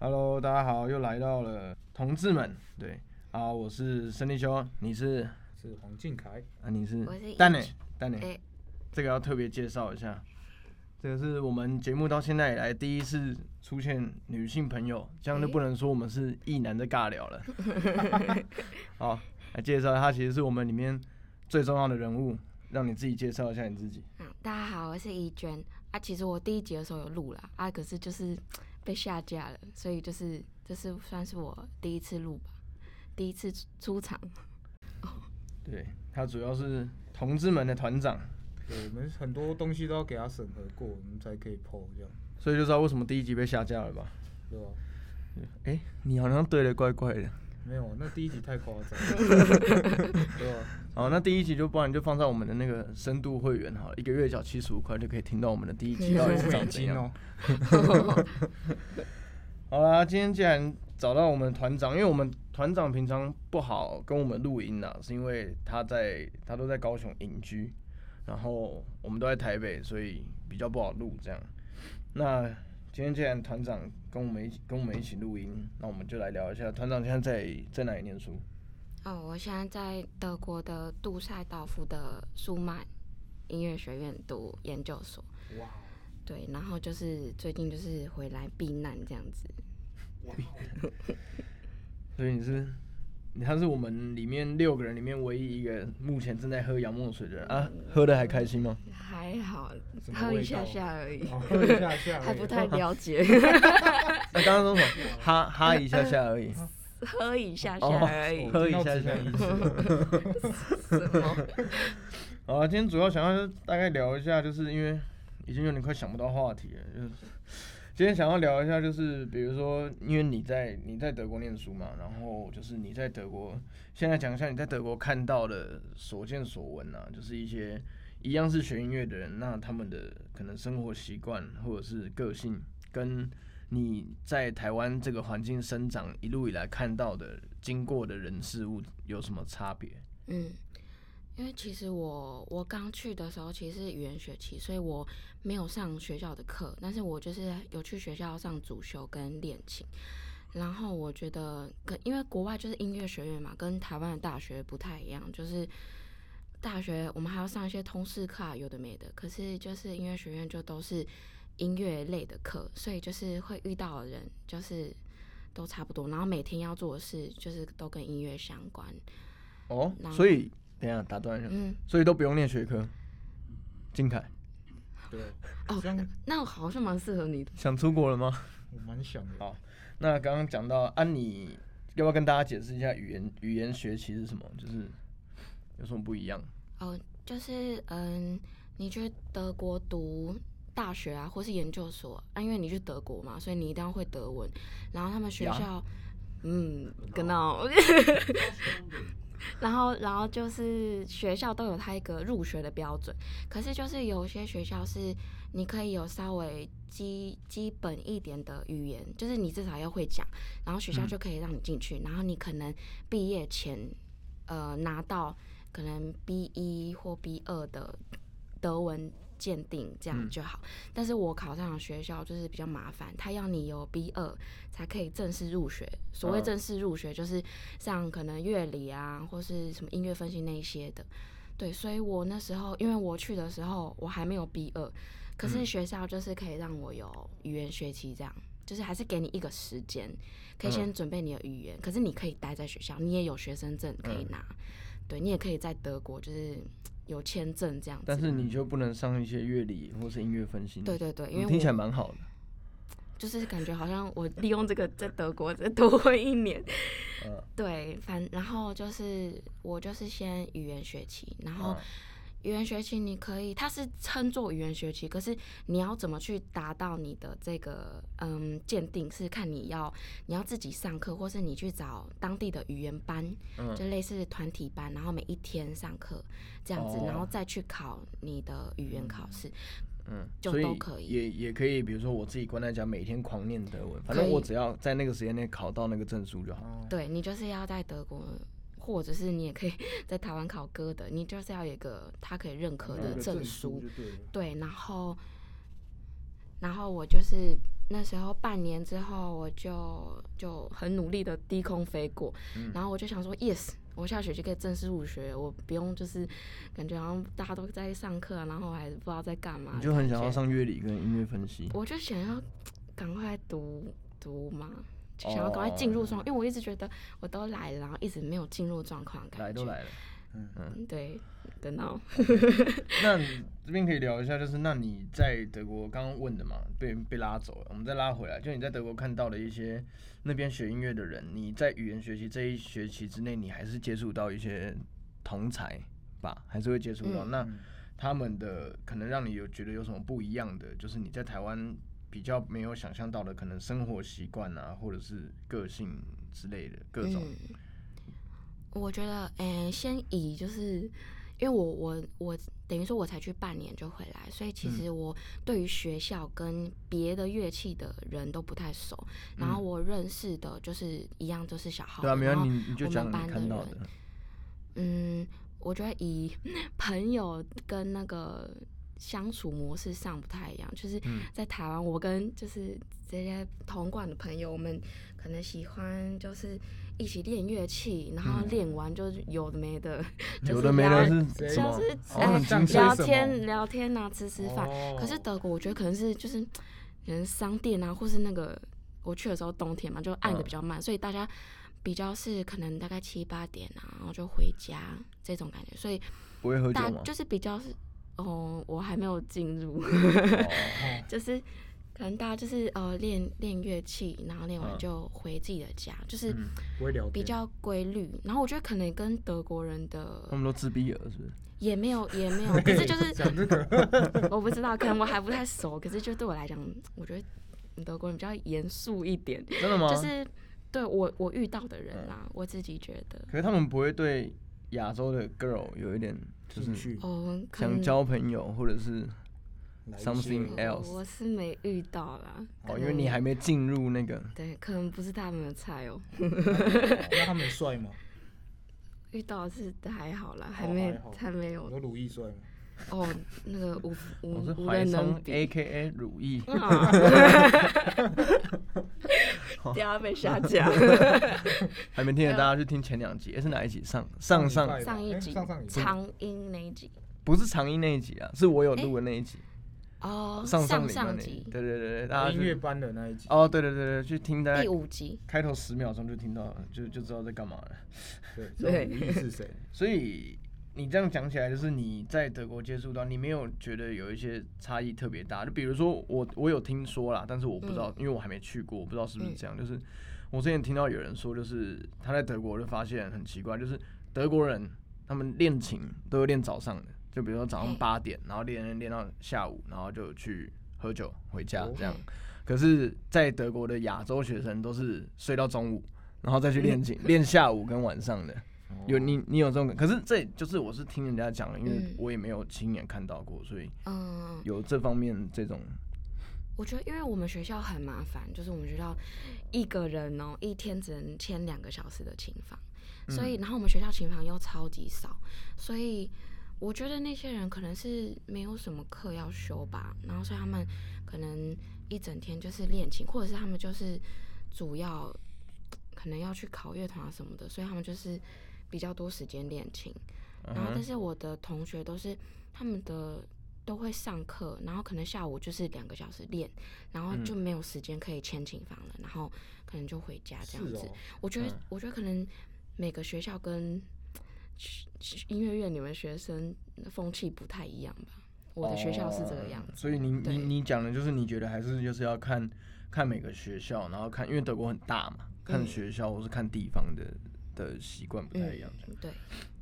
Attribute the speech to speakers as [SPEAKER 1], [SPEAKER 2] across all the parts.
[SPEAKER 1] Hello，大家好，又来到了同志们，对，好，我是生力兄，你是
[SPEAKER 2] 是黄敬凯，
[SPEAKER 1] 啊，你是
[SPEAKER 3] 我是
[SPEAKER 1] 蛋
[SPEAKER 3] 一
[SPEAKER 1] 呢？蛋呢？
[SPEAKER 3] 哎，
[SPEAKER 1] 这个要特别介绍一下，这个是我们节目到现在以来第一次出现女性朋友，这样就
[SPEAKER 3] 诶
[SPEAKER 1] 不能说我们是异男的尬 聊了。好，来介绍他，其实是我们里面最重要的人物，让你自己介绍一下你自己。
[SPEAKER 3] 嗯，大家好，我是怡娟啊。其实我第一集的时候有录啦，啊，可是就是被下架了，所以就是这是算是我第一次录吧，第一次出出场。
[SPEAKER 1] 对他主要是同志们的团长，
[SPEAKER 2] 对，我们很多东西都要给他审核过，我们才可以 PO 这样，
[SPEAKER 1] 所以就知道为什么第一集被下架了吧？
[SPEAKER 2] 对吧？
[SPEAKER 1] 哎、你好像对的怪怪的。
[SPEAKER 2] 没有，那第一集太夸张，了，对吧？
[SPEAKER 1] 好，那第一集就不然就放在我们的那个深度会员好了，一个月缴七十五块就可以听到我们的 第一集到底是
[SPEAKER 2] 美
[SPEAKER 1] 长怎
[SPEAKER 2] 金
[SPEAKER 1] 样。
[SPEAKER 2] 哦，
[SPEAKER 1] 好啦，今天既然找到我们团长，因为我们团长平常不好跟我们录音啦，是因为他在他都在高雄隐居，然后我们都在台北，所以比较不好录这样。那今天既然团长跟我们一起跟我们一起录音，那我们就来聊一下团长现在在在哪里念书？
[SPEAKER 3] 哦，我现在在德国的杜塞道夫的舒曼音乐学院读研究所，
[SPEAKER 2] 哇，
[SPEAKER 3] 对，然后就是最近就是回来避难这样子。
[SPEAKER 1] 所以你是你他是我们里面六个人里面唯一一个目前正在喝洋墨水的人啊，喝的还开心吗？
[SPEAKER 3] 还好
[SPEAKER 2] 什，么
[SPEAKER 3] 喝
[SPEAKER 2] 味
[SPEAKER 3] 一下
[SPEAKER 2] 道
[SPEAKER 3] 下 而已，
[SPEAKER 2] 哦喝一下下而已
[SPEAKER 3] 还不太了 解，
[SPEAKER 1] 那刚刚说什么？哈哈一下下而已。
[SPEAKER 3] 喝一下下
[SPEAKER 1] 哦
[SPEAKER 3] 而已。
[SPEAKER 1] 喝一下
[SPEAKER 2] 哎我听到只
[SPEAKER 1] 下
[SPEAKER 2] 能一次，
[SPEAKER 3] 什么？
[SPEAKER 1] 好啊，今天主要想要大概聊一下，就是因为已经有点快想不到话题了，就是今天想要聊一下，就是比如说，因为你在你在德国念书嘛，然后就是你在德国，现在讲一下你在德国看到的所见所闻啊，就是一些一样是学音乐的人，那他们的可能生活习惯或者是个性，跟你在台湾这个环境生长一路以来看到的、经过的人事物有什么差别？
[SPEAKER 3] 嗯，因为其实我我刚去的时候其实是语言学期，所以我没有上学校的课，但是我就是有去学校上主修跟练琴。然后我觉得跟因为国外就是音乐学院嘛，跟台湾的大学不太一样，就是大学我们还要上一些通识课啊，有的没的。可是就是音乐学院就都是音乐类的课，所以就是会遇到的人就是都差不多，然后每天要做的事就是都跟音乐相关。
[SPEAKER 1] 哦，
[SPEAKER 3] 然后
[SPEAKER 1] 所以等一下打断一下，
[SPEAKER 3] 嗯，
[SPEAKER 1] 所以都不用念学科。金凯
[SPEAKER 2] 对，
[SPEAKER 3] 哦
[SPEAKER 2] 这样
[SPEAKER 3] 那好像蛮适合你的。
[SPEAKER 1] 想出国了吗？
[SPEAKER 2] 我蛮想的。
[SPEAKER 1] 那刚刚讲到安妮，你要不要跟大家解释一下语言语言学习是什么？就是有什么不一样？
[SPEAKER 3] 哦，就是嗯，你去德国读大学啊，或是研究所啊，因为你去德国嘛，所以你一定要会德文。然后他们学
[SPEAKER 1] 呀
[SPEAKER 3] 校，嗯，跟到， 然后然后就是学校都有它一个入学的标准，可是就是有些学校是你可以有稍微基基本一点的语言，就是你至少要会讲，然后学校
[SPEAKER 1] 嗯
[SPEAKER 3] 就可以让你进去，然后你可能毕业前呃拿到可能 B 一或 B 二的德文鉴定这样
[SPEAKER 1] 嗯
[SPEAKER 3] 就好。但是我考上的学校就是比较麻烦，他要你有 B 二才可以正式入学。所谓
[SPEAKER 1] 嗯
[SPEAKER 3] 正式入学，就是像可能乐理啊，或是什么音乐分析那一些的。对，所以我那时候因为我去的时候我还没有 B 二，可是
[SPEAKER 1] 嗯
[SPEAKER 3] 学校就是可以让我有语言学期这样。就是还是给你一个时间，
[SPEAKER 1] 嗯
[SPEAKER 3] 可以先准备你的语言，可是你可以待在学校，你也有学生证可以
[SPEAKER 1] 嗯
[SPEAKER 3] 拿，对你也可以在德国就是有签证这样子。
[SPEAKER 1] 但是你就不能上一些乐理或是音乐分析？
[SPEAKER 3] 对，对对，因
[SPEAKER 1] 你
[SPEAKER 3] 为
[SPEAKER 1] 听起来
[SPEAKER 3] 我
[SPEAKER 1] 蛮好的。
[SPEAKER 3] 就是感觉好像我利用这个在德国再多混一年，
[SPEAKER 1] 嗯
[SPEAKER 3] 对，反然后就是我就是先语言学期，然后
[SPEAKER 1] 嗯
[SPEAKER 3] 语言学期你可以，它是称作语言学期，可是你要怎么去达到你的这个嗯鉴定，是看你要你要自己上课，或是你去找当地的语言班，
[SPEAKER 1] 嗯
[SPEAKER 3] 就类似团体班，然后每一天上课这样子，然后
[SPEAKER 1] 哦
[SPEAKER 3] 再去考你的语言考试。
[SPEAKER 1] 嗯，
[SPEAKER 3] 就
[SPEAKER 1] 所
[SPEAKER 3] 都可以
[SPEAKER 1] 也也可以，比如说我自己关在家，每天狂念德文，反
[SPEAKER 3] 可
[SPEAKER 1] 正
[SPEAKER 3] 以
[SPEAKER 1] 我只要在那个时间内考到那个证书就好。
[SPEAKER 2] 哦，
[SPEAKER 3] 对你就是要在德国，或者是你也可以 在台湾考歌的，你就是要有一个他可以认可
[SPEAKER 2] 有
[SPEAKER 3] 的
[SPEAKER 2] 个
[SPEAKER 3] 证
[SPEAKER 2] 书
[SPEAKER 3] 书。
[SPEAKER 2] 就对了，
[SPEAKER 3] 对，然后然后我就是那时候半年之后，我就就很努力的低空飞过，
[SPEAKER 1] 嗯
[SPEAKER 3] 然后我就想说，yes，我下学期可以正式入学，我不用就是感觉好像大家都在上课，啊然后还不知道在干嘛。
[SPEAKER 1] 你就很想要，上乐理跟音乐分析。
[SPEAKER 3] 我就想要赶快读读嘛，就想要赶快进入
[SPEAKER 1] 哦
[SPEAKER 3] 状，因为我一直觉得我都来了，然后一直没有进入状况的感觉。
[SPEAKER 1] 来都来了，
[SPEAKER 3] 嗯，对，等到
[SPEAKER 1] 那你这边可以聊一下，就是那你在德国刚刚问的嘛，被被拉走了，我们再拉回来，就你在德国看到的一些那边学音乐的人，你在语言学习这一学期之内，你还是接触到一些同才吧，还是会接触到、那他们的可能让你有觉得有什么不一样的，就是你在台湾比较没有想象到的，可能生活习惯啊，或者是个性之类的各种，
[SPEAKER 3] 嗯、我觉得，嗯、先以就是，因为我我我等于说我才去半年就回来，所以其
[SPEAKER 1] 嗯
[SPEAKER 3] 实我对于学校跟别的乐器的人都不太熟，然后我认识的就是一样都是小号
[SPEAKER 1] 嗯
[SPEAKER 3] 的，
[SPEAKER 1] 对啊，没有
[SPEAKER 3] 然后
[SPEAKER 1] 你你就
[SPEAKER 3] 我们
[SPEAKER 1] 讲
[SPEAKER 3] 班
[SPEAKER 1] 你
[SPEAKER 3] 的
[SPEAKER 1] 看到
[SPEAKER 3] 人
[SPEAKER 1] 的，
[SPEAKER 3] 嗯，我觉得以 朋友跟那个相处模式上不太一样，就是
[SPEAKER 1] 嗯
[SPEAKER 3] 在台湾，我跟就是这些同馆的朋友，我们可能喜欢就是一起练乐器，然
[SPEAKER 1] 嗯
[SPEAKER 3] 后练完就是有的没的，就是
[SPEAKER 1] 有的没的
[SPEAKER 3] 聊
[SPEAKER 1] 是什
[SPEAKER 3] 就
[SPEAKER 1] 么？
[SPEAKER 3] 是
[SPEAKER 2] 哦
[SPEAKER 3] 哎
[SPEAKER 2] 很精神
[SPEAKER 1] 啊
[SPEAKER 3] 聊
[SPEAKER 2] 什么
[SPEAKER 3] 天聊天啊，吃吃饭。
[SPEAKER 2] 哦
[SPEAKER 3] 可是德国，我觉得可能是就是可能商店啊，或是那个我去的时候冬天嘛，就暗的比较慢，所以大家比较是可能大概七八点啊，然后就回家这种感觉，所以
[SPEAKER 1] 不会喝酒
[SPEAKER 3] 大
[SPEAKER 1] 吗？
[SPEAKER 3] 就是比较是哦，我还没有进入，就是可能大家就是呃练练乐器，然后练完
[SPEAKER 1] 嗯
[SPEAKER 3] 就回自己的家，就是
[SPEAKER 2] 不会聊天
[SPEAKER 3] 比较规律。然后我觉得可能跟德国人的
[SPEAKER 1] 他们都自闭了，是不是？
[SPEAKER 3] 也没有也没有，可是 就是
[SPEAKER 2] 讲这 个
[SPEAKER 3] 我不知道，可能我还不太熟，可是就对我来讲，我觉得德国人比较严肃一点，
[SPEAKER 1] 真的吗？
[SPEAKER 3] 就是对我我遇到的人
[SPEAKER 1] 嗯
[SPEAKER 3] 啦，我自己觉得，
[SPEAKER 1] 可是他们不会对亚洲的 girl 有一点就
[SPEAKER 2] 兴
[SPEAKER 1] 是
[SPEAKER 2] 趣
[SPEAKER 3] 哦，可
[SPEAKER 1] 想
[SPEAKER 3] 能
[SPEAKER 1] 交朋友，或者是
[SPEAKER 2] 来一些
[SPEAKER 1] something
[SPEAKER 3] 我
[SPEAKER 1] else
[SPEAKER 3] 我是没遇到啦，
[SPEAKER 1] 哦，
[SPEAKER 3] 可
[SPEAKER 1] 因为你
[SPEAKER 3] 能
[SPEAKER 1] 还没进入那个
[SPEAKER 3] 对，可能不是他们的菜哦、
[SPEAKER 2] 那他们帅吗？
[SPEAKER 3] 遇到是还好啦，还
[SPEAKER 2] 哦
[SPEAKER 3] 没
[SPEAKER 2] 还好
[SPEAKER 3] 还没有
[SPEAKER 2] 有鲁艺帅吗？
[SPEAKER 3] 哦，那个无
[SPEAKER 1] 我
[SPEAKER 3] 无
[SPEAKER 1] 哦是
[SPEAKER 3] 无
[SPEAKER 1] 怀
[SPEAKER 3] 人能
[SPEAKER 1] 中
[SPEAKER 3] 比
[SPEAKER 1] A K A 如意，
[SPEAKER 3] 啊， 不要被下 架。
[SPEAKER 1] 还没听的大家去听前两集，诶哎是哪一集 上上
[SPEAKER 2] 礼拜
[SPEAKER 1] 上
[SPEAKER 2] 吧
[SPEAKER 3] 上一
[SPEAKER 2] 哎
[SPEAKER 3] 集
[SPEAKER 2] 上上一集
[SPEAKER 3] 苍鹰那一集
[SPEAKER 1] 不是长音那一集啊，是我有录的那一集，
[SPEAKER 3] 哦，
[SPEAKER 1] 上
[SPEAKER 3] 上
[SPEAKER 1] 礼拜那一
[SPEAKER 3] 集
[SPEAKER 1] 集，对对对对，大家
[SPEAKER 2] 音乐
[SPEAKER 1] 去
[SPEAKER 2] 班的那一集，
[SPEAKER 1] 哦，对对对对，去听大
[SPEAKER 3] 第
[SPEAKER 1] 家
[SPEAKER 3] 五集，
[SPEAKER 1] 开头十秒钟就听到了，就就知道在干嘛了。
[SPEAKER 2] 对，知道
[SPEAKER 3] 对
[SPEAKER 2] 鲁艺是谁？
[SPEAKER 1] 所以你这样讲起来，就是你在德国接触到，你没有觉得有一些差异特别大？就比如说我，我有听说啦，但是我不知道，因为我还没去过，我不知道是不是这样。就是我之前听到有人说，就是他在德国就发现很奇怪，就是德国人他们练琴都会练早上的，就比如说早上
[SPEAKER 3] 嘿
[SPEAKER 1] 八点，然后练练到下午，然后就去喝酒回家
[SPEAKER 2] 哦
[SPEAKER 1] 这样。可是，在德国的亚洲学生都是睡到中午，然后再去练琴，练下午跟晚上的。有你，你有这种感，可是这就是我是听人家讲的，因为
[SPEAKER 3] 嗯
[SPEAKER 1] 我也没有亲眼看到过，所以
[SPEAKER 3] 嗯，
[SPEAKER 1] 有这方面这种
[SPEAKER 3] 我觉得因为我们学校很麻烦，就是我们学校一个人哦、一天只能签两个小时的琴房，所以、然后我们学校琴房又超级少，所以我觉得那些人可能是没有什么课要修吧，然后所以他们可能一整天就是练琴，或者是他们就是主要可能要去考乐团啊什么的，所以他们就是比较多时间练琴。
[SPEAKER 2] 嗯
[SPEAKER 1] 嗯
[SPEAKER 3] 然啊后但是我的同学都是他们的都会上课，然后可能下午就是两个小时练，然
[SPEAKER 2] 嗯
[SPEAKER 3] 后就没有时间可以签琴房了，然后可能就回家 这
[SPEAKER 2] 是
[SPEAKER 3] 样子。
[SPEAKER 2] 哦，
[SPEAKER 3] 我觉得，我觉得可能每个学校跟学音乐院你们学生风气不太一样吧。我的学校是这个样
[SPEAKER 1] 哦
[SPEAKER 3] 子，
[SPEAKER 1] 所以你你
[SPEAKER 3] 对
[SPEAKER 1] 你讲的就是你觉得还是就是要看看每个学校，然后看因为德国很大嘛，看学校或是看地方的的习惯不太一样。
[SPEAKER 2] 哦
[SPEAKER 3] 对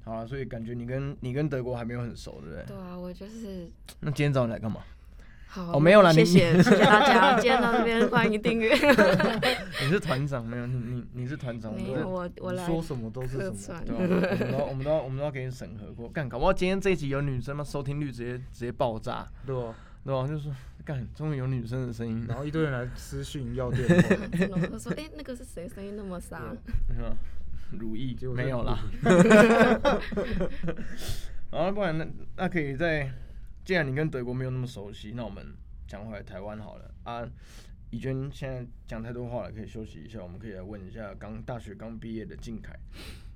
[SPEAKER 1] 好啊了，所以感觉你跟你跟德国还没有很熟，对不对？
[SPEAKER 3] 对啊，我就是
[SPEAKER 1] 那今天找你来干嘛？
[SPEAKER 3] 好
[SPEAKER 1] 哦没有啦
[SPEAKER 3] 谢
[SPEAKER 1] 你
[SPEAKER 3] 谢谢谢大家，今天到这边欢迎订阅。
[SPEAKER 1] 你是团长没有？你你你是团长，我们
[SPEAKER 3] 没
[SPEAKER 1] 都是
[SPEAKER 3] 有我我
[SPEAKER 2] 啊你
[SPEAKER 3] 来
[SPEAKER 2] 说什么都是
[SPEAKER 3] 客
[SPEAKER 2] 什么，
[SPEAKER 3] 串，
[SPEAKER 1] 对啊，我们都要我们都要我们都要给你审核过，干，搞不好今天这一集有女生嘛，收听率直接直接爆炸，
[SPEAKER 2] 对吧？
[SPEAKER 1] 对吧？就是干，终于有女生的声音
[SPEAKER 3] 嗯
[SPEAKER 1] 了，
[SPEAKER 2] 然后一堆人来私讯要电 话，
[SPEAKER 3] 真的我就说哎、那个是谁声音那么
[SPEAKER 2] 啊
[SPEAKER 3] 沙？
[SPEAKER 1] 是吧？如意
[SPEAKER 2] 结果是
[SPEAKER 1] 没有啦， 然后不然那那可以在，既然你跟德国没有那么熟悉，那我们讲回来台湾好了啊。怡娟现在讲太多话了，可以休息一下。我们可以来问一下刚大学刚毕业的静凯，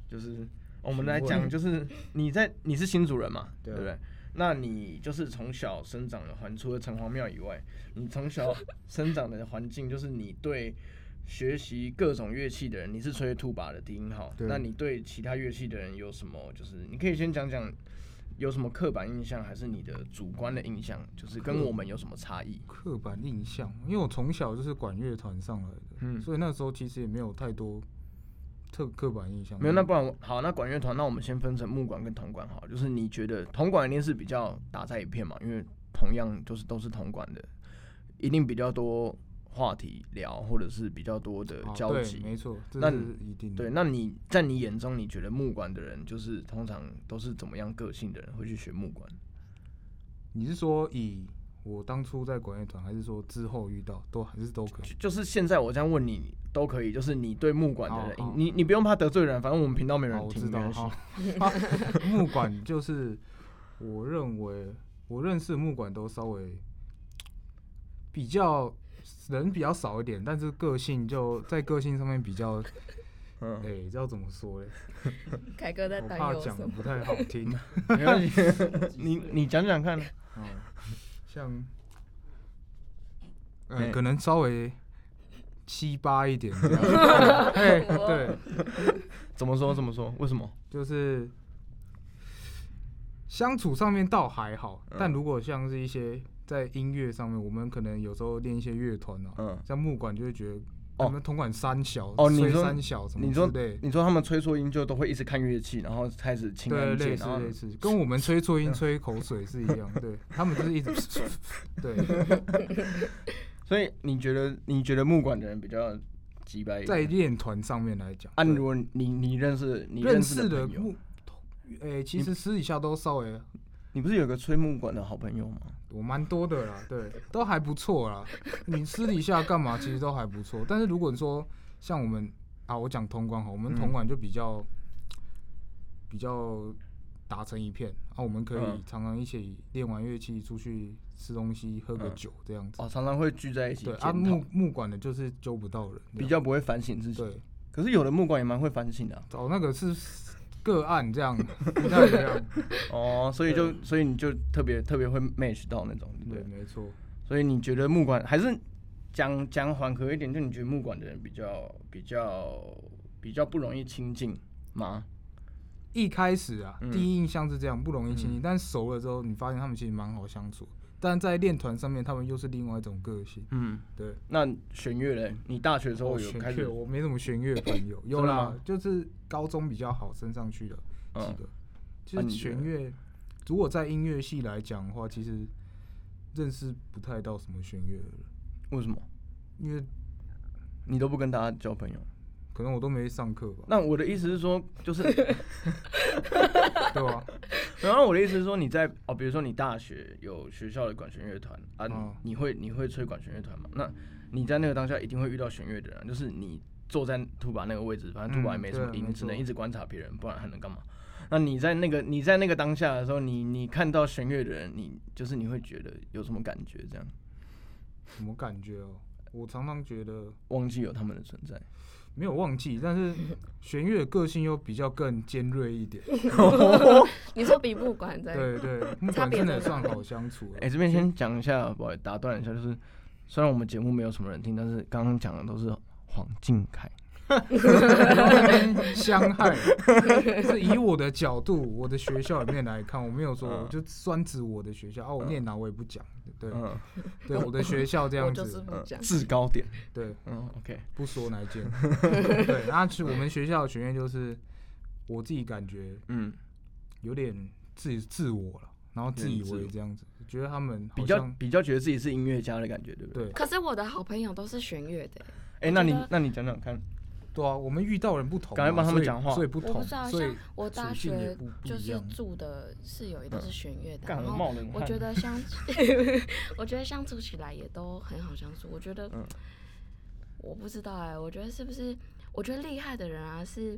[SPEAKER 1] 就是我们来讲，就是你在你是新主人嘛，对
[SPEAKER 2] 对
[SPEAKER 1] 不对？
[SPEAKER 2] 啊
[SPEAKER 1] 那你就是从小生长的环，除了城隍庙以外，你从小生长的环境就是你对学习各种乐器的人，你是吹兔把的低音号，
[SPEAKER 2] 对
[SPEAKER 1] 那你对其他乐器的人有什么？就是你可以先讲讲有什么刻板印象，还是你的主观的印象，就是跟我们有什么差异？
[SPEAKER 2] 刻板印象，因为我从小就是管乐团上来的，
[SPEAKER 1] 嗯
[SPEAKER 2] 所以那时候其实也没有太多特刻板印象。
[SPEAKER 1] 没有，那不然我好，那管乐团，那我们先分成木管跟铜管好，就是你觉得铜管一定是比较打在一片嘛，因为同样就是都是铜管的，一定比较多话题聊，或者是比较多的
[SPEAKER 2] 哦
[SPEAKER 1] 交
[SPEAKER 2] 对
[SPEAKER 1] 集。
[SPEAKER 2] 没错，这
[SPEAKER 1] 那
[SPEAKER 2] 是一定的。
[SPEAKER 1] 对，那你在你眼中，你觉得木管的人就是通常都是怎么样个性的人会去学木管？
[SPEAKER 2] 你是说以我当初在管乐团，还是说之后遇到，都还是都可以？
[SPEAKER 1] 就就是现在我这样问你都可以，就是你对木管的人，
[SPEAKER 2] 好好
[SPEAKER 1] 你你不用怕得罪人，反正我们频道没人
[SPEAKER 2] 好，哦我
[SPEAKER 1] 听，
[SPEAKER 2] 知
[SPEAKER 1] 没
[SPEAKER 2] 道。哦
[SPEAKER 1] 关系
[SPEAKER 2] 好， 木管就是我认为我认识的木管都稍微比较人比较少一点，但是个性就在个性上面比较，
[SPEAKER 1] 嗯
[SPEAKER 2] 哎、，要怎么说嘞？
[SPEAKER 3] 凯哥在
[SPEAKER 2] 我
[SPEAKER 3] 担
[SPEAKER 2] 怕
[SPEAKER 3] 忧
[SPEAKER 2] 讲
[SPEAKER 3] 什
[SPEAKER 2] 的
[SPEAKER 3] 么？
[SPEAKER 2] 不 太好听。
[SPEAKER 1] 没关系， 你你讲讲看，
[SPEAKER 2] 嗯，像，
[SPEAKER 1] 哎
[SPEAKER 2] 呃，可能稍微七八一点这 样。 哎，对，
[SPEAKER 1] 怎么说怎么说？为什么？
[SPEAKER 2] 就是相处上面倒还好，
[SPEAKER 1] 嗯
[SPEAKER 2] 但如果像是一些在音乐上面，我们可能有时候练一些乐团哦，
[SPEAKER 1] 嗯。
[SPEAKER 2] 像木管就会觉得
[SPEAKER 1] 哦
[SPEAKER 2] 我们铜管三小
[SPEAKER 1] 哦你
[SPEAKER 2] 吹
[SPEAKER 1] 说
[SPEAKER 2] 三小什么
[SPEAKER 1] 你说
[SPEAKER 2] 之类，
[SPEAKER 1] 你说他们吹错音就都会一直看乐器，然后开始清
[SPEAKER 2] 对，
[SPEAKER 1] 按键，
[SPEAKER 2] 类似
[SPEAKER 1] 然后嗯
[SPEAKER 2] 类似，跟我们吹错音、吹口水是一样，对他们就是 一直对，
[SPEAKER 1] 所以你觉得你觉得木管的人比较鸡掰一
[SPEAKER 2] 在
[SPEAKER 1] 点？
[SPEAKER 2] 练团上面来讲，
[SPEAKER 1] 啊，
[SPEAKER 2] 对
[SPEAKER 1] 如果你你认识你
[SPEAKER 2] 认
[SPEAKER 1] 识
[SPEAKER 2] 识的
[SPEAKER 1] 朋友
[SPEAKER 2] 木，，诶、其实私底下都稍微
[SPEAKER 1] 你不是有个吹木管的好朋友吗？
[SPEAKER 2] 我蛮多的啦，对，都还不错啦。你私底下干嘛，其实都还不错。但是如果你说像我们啊，我讲铜管好，我们
[SPEAKER 1] 嗯
[SPEAKER 2] 铜管就比较、比较打成一片啊，我们可以
[SPEAKER 1] 嗯
[SPEAKER 2] 常常一起练完乐器出去吃东西、喝个
[SPEAKER 1] 嗯
[SPEAKER 2] 酒这样子。
[SPEAKER 1] 哦，常常会聚在一起
[SPEAKER 2] 对
[SPEAKER 1] 检讨，
[SPEAKER 2] 啊，木木管的就是揪不到人，
[SPEAKER 1] 比较不会反省自己。
[SPEAKER 2] 对。
[SPEAKER 1] 可是有的木管也蛮会反省的啊、
[SPEAKER 2] 找那个是个案这样， 不太一样。
[SPEAKER 1] 哦，所以就所以你就特别特别会 match 到那种，对不
[SPEAKER 2] 对，
[SPEAKER 1] 对？
[SPEAKER 2] 没错。
[SPEAKER 1] 所以你觉得木管还是讲讲缓和一点，就你觉得木管的人比较比较比较不容易亲近吗？
[SPEAKER 2] 一开始啊，
[SPEAKER 1] 嗯
[SPEAKER 2] 第一印象是这样，不容易亲近，但熟了之后，你发现他们其实蛮好相处。但在练团上面，他们又是另外一种个性。
[SPEAKER 1] 嗯，
[SPEAKER 2] 对，
[SPEAKER 1] 那弦乐嘞？你大学的时候
[SPEAKER 2] 我
[SPEAKER 1] 有
[SPEAKER 2] 哦弦
[SPEAKER 1] 开
[SPEAKER 2] 乐
[SPEAKER 1] 始？
[SPEAKER 2] 我没什么弦乐朋 友，有
[SPEAKER 1] 真的
[SPEAKER 2] 啦
[SPEAKER 1] 吗，
[SPEAKER 2] 就是高中比较好升上去的几
[SPEAKER 1] 嗯，
[SPEAKER 2] 个。
[SPEAKER 1] 啊
[SPEAKER 2] 就是
[SPEAKER 1] 你觉得
[SPEAKER 2] 弦乐，如果在音乐系来讲的话，其实认识不太到什么弦乐了，
[SPEAKER 1] 为什么？
[SPEAKER 2] 因为
[SPEAKER 1] 你都不跟大家交朋友？
[SPEAKER 2] 可能我都没 上课吧，
[SPEAKER 1] 那我的意思是说， 就是，
[SPEAKER 2] 对吧、
[SPEAKER 1] 然后我的意思是说，你在哦，比如说你大学有学校的管弦乐团啊，
[SPEAKER 2] 嗯
[SPEAKER 1] 你会你会吹管弦乐团嘛？那你在那个当下一定会遇到弦乐的人啊，就是你坐在兔把那个位置，反正兔把也
[SPEAKER 2] 嗯
[SPEAKER 1] 没什么
[SPEAKER 2] 对
[SPEAKER 1] 音，
[SPEAKER 2] 没
[SPEAKER 1] 只能
[SPEAKER 2] 错
[SPEAKER 1] 一直观察别人，不然还能干嘛？那你在那个你在那个当下的时候，你你看到弦乐的人，你就是你会觉得有什么感觉？这样
[SPEAKER 2] 什么感觉哦？我常常觉得
[SPEAKER 1] 忘记有他们的存在。
[SPEAKER 2] 没有忘记，但是弦乐的个性又比较更尖锐一点。
[SPEAKER 3] 你说比木管在
[SPEAKER 2] 对 对，木
[SPEAKER 3] 差
[SPEAKER 2] 管
[SPEAKER 3] 别
[SPEAKER 2] 真
[SPEAKER 3] 在
[SPEAKER 2] 的
[SPEAKER 3] 哪
[SPEAKER 2] 算好相处了
[SPEAKER 1] 哎、。这边先讲一下，不好意思打断一下，就是虽然我们节目没有什么人听，但是刚刚讲的都是黄靖凯。
[SPEAKER 2] 相害 是以我的角度，我的学校里面来看，我没有说，
[SPEAKER 1] 嗯
[SPEAKER 2] 我就专指我的学校啊，我念哪我也不讲，对
[SPEAKER 1] 嗯，
[SPEAKER 2] 对，我的学校这
[SPEAKER 3] 我
[SPEAKER 2] 样
[SPEAKER 3] 就是
[SPEAKER 2] 子，嗯
[SPEAKER 3] 不讲。
[SPEAKER 1] 制高点。
[SPEAKER 2] 对，
[SPEAKER 1] 嗯，OK，
[SPEAKER 2] 不说哪 一间，对，那其实我们学校的学院就是我自己感觉
[SPEAKER 1] 嗯，
[SPEAKER 2] 有点自自我了，然后自以
[SPEAKER 1] 有点自
[SPEAKER 2] 为
[SPEAKER 1] 我
[SPEAKER 2] 这样子，觉得他们好
[SPEAKER 1] 比较
[SPEAKER 2] 像
[SPEAKER 1] 比较觉得自己是音乐家的感觉，对不对？
[SPEAKER 2] 对
[SPEAKER 3] 可是我的好朋友都是弦乐的，欸
[SPEAKER 1] 哎、那你
[SPEAKER 3] 我觉得
[SPEAKER 1] 那你讲讲看，
[SPEAKER 2] 对啊，我们遇到人不同嘛，
[SPEAKER 1] 赶快帮他们
[SPEAKER 2] 所以
[SPEAKER 1] 讲话
[SPEAKER 2] 所以不
[SPEAKER 3] 我不
[SPEAKER 2] 同，
[SPEAKER 3] 知道，
[SPEAKER 2] 所以
[SPEAKER 3] 像我大
[SPEAKER 2] 处境也
[SPEAKER 3] 学
[SPEAKER 2] 不不
[SPEAKER 3] 就
[SPEAKER 2] 一
[SPEAKER 3] 是
[SPEAKER 2] 样。嗯
[SPEAKER 3] 住的室友也都是弦乐的，
[SPEAKER 1] 干
[SPEAKER 3] 然
[SPEAKER 1] 我
[SPEAKER 3] 后
[SPEAKER 1] 冒冷
[SPEAKER 3] 我
[SPEAKER 1] 汗。
[SPEAKER 3] 觉得相， 我觉得相处起来也都很好相处。我觉得
[SPEAKER 1] 嗯，
[SPEAKER 3] 欸我不知道哎，我觉得是不是？我觉得厉害的人啊，是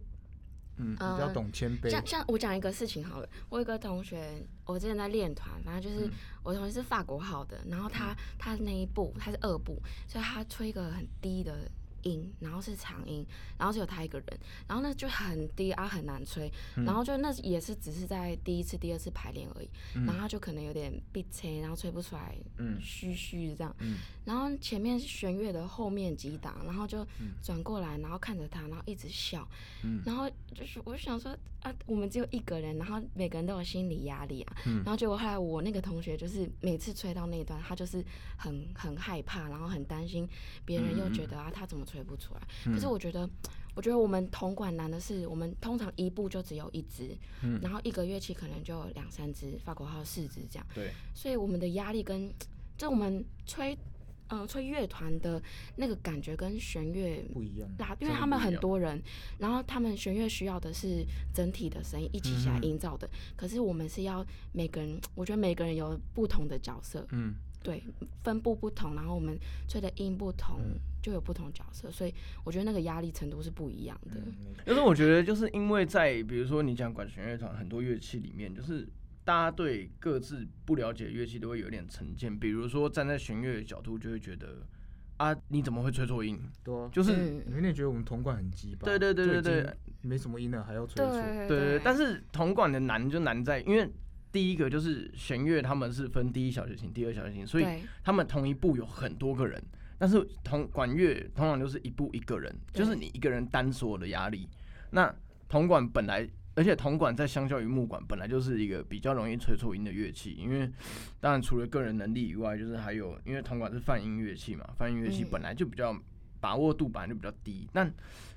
[SPEAKER 2] 嗯，比较
[SPEAKER 3] 嗯
[SPEAKER 2] 懂谦卑，
[SPEAKER 3] 像像我讲一个事情好了，我有一个同学，我之前在练团，反正就是、
[SPEAKER 2] 嗯
[SPEAKER 3] 我同学是法国号的，然后他他那一部他是二部，所以他吹一个很低的音，然后是长音，然后只有他一个人，然后那就很低啊，很难吹，
[SPEAKER 2] 嗯
[SPEAKER 3] 然后就那也是只是在第一次、第二次排练而已，然后他就可能有点闭吹，然后吹不出来，
[SPEAKER 2] 嗯
[SPEAKER 3] 虚虚的这样，
[SPEAKER 2] 嗯
[SPEAKER 3] 然后前面弦乐的后面几档，然后就转过来，然后看着他，然后一直笑，
[SPEAKER 2] 嗯
[SPEAKER 3] 然后就是我就想说啊，我们只有一个人，然后每个人都有心理压力啊，
[SPEAKER 2] 嗯
[SPEAKER 3] 然后结果后来我那个同学就是每次吹到那一段，他就是很很害怕，然后很担心别人又觉得啊他怎么吹不出来，
[SPEAKER 2] 嗯
[SPEAKER 3] 可是我觉得。我觉得我们铜管难的是，我们通常一部就只有一支，
[SPEAKER 2] 嗯
[SPEAKER 3] 然后一个乐器可能就有两三支，法国号四支这样。
[SPEAKER 1] 对，
[SPEAKER 3] 所以我们的压力跟就我们吹，呃，吹乐团的那个感觉跟弦乐
[SPEAKER 2] 不一样，
[SPEAKER 3] 拉，因
[SPEAKER 1] 真
[SPEAKER 3] 为
[SPEAKER 1] 的
[SPEAKER 3] 他们
[SPEAKER 1] 不一
[SPEAKER 3] 很
[SPEAKER 1] 样
[SPEAKER 3] 多人，然后他们弦乐需要的是整体的声音一起起来
[SPEAKER 2] 嗯
[SPEAKER 3] 营造的，可是我们是要每个人，我觉得每个人有不同的角色，
[SPEAKER 2] 嗯
[SPEAKER 3] 对，分布不同，然后我们吹的音不同，
[SPEAKER 1] 嗯
[SPEAKER 3] 就有不同角色，所以我觉得那个压力程度是不一样的。
[SPEAKER 2] 嗯，没
[SPEAKER 1] 但是我觉得就是因为在比如说你讲管弦乐团很多乐器里面，就是大家对各自不了解的乐器都会有点成见，比如说站在弦乐的角度就会觉得啊你怎么会吹错音？
[SPEAKER 2] 多啊，
[SPEAKER 1] 就是、
[SPEAKER 3] 嗯
[SPEAKER 2] 你有点觉得我们铜管很鸡巴，
[SPEAKER 1] 对对对
[SPEAKER 2] 就
[SPEAKER 1] 对
[SPEAKER 2] 已经
[SPEAKER 1] 对，
[SPEAKER 2] 没什么音了还要吹错，
[SPEAKER 1] 对
[SPEAKER 3] 对
[SPEAKER 1] 对，但是铜管的难就难在，因为第一个就是弦乐，他们是分第一小提琴、第二小提琴，所以
[SPEAKER 3] 对
[SPEAKER 1] 他们同一部有很多个人，但是铜管乐通常就是一部一个人，
[SPEAKER 3] 对
[SPEAKER 1] 就是你一个人担所有的压力。那铜管本来，而且铜管在相较于木管本来就是一个比较容易吹错音的乐器，因为当然除了个人能力以外，就是还有因为铜管是泛音乐器嘛，泛音乐器
[SPEAKER 3] 嗯
[SPEAKER 1] 本来就比较把握度本来就比较低，但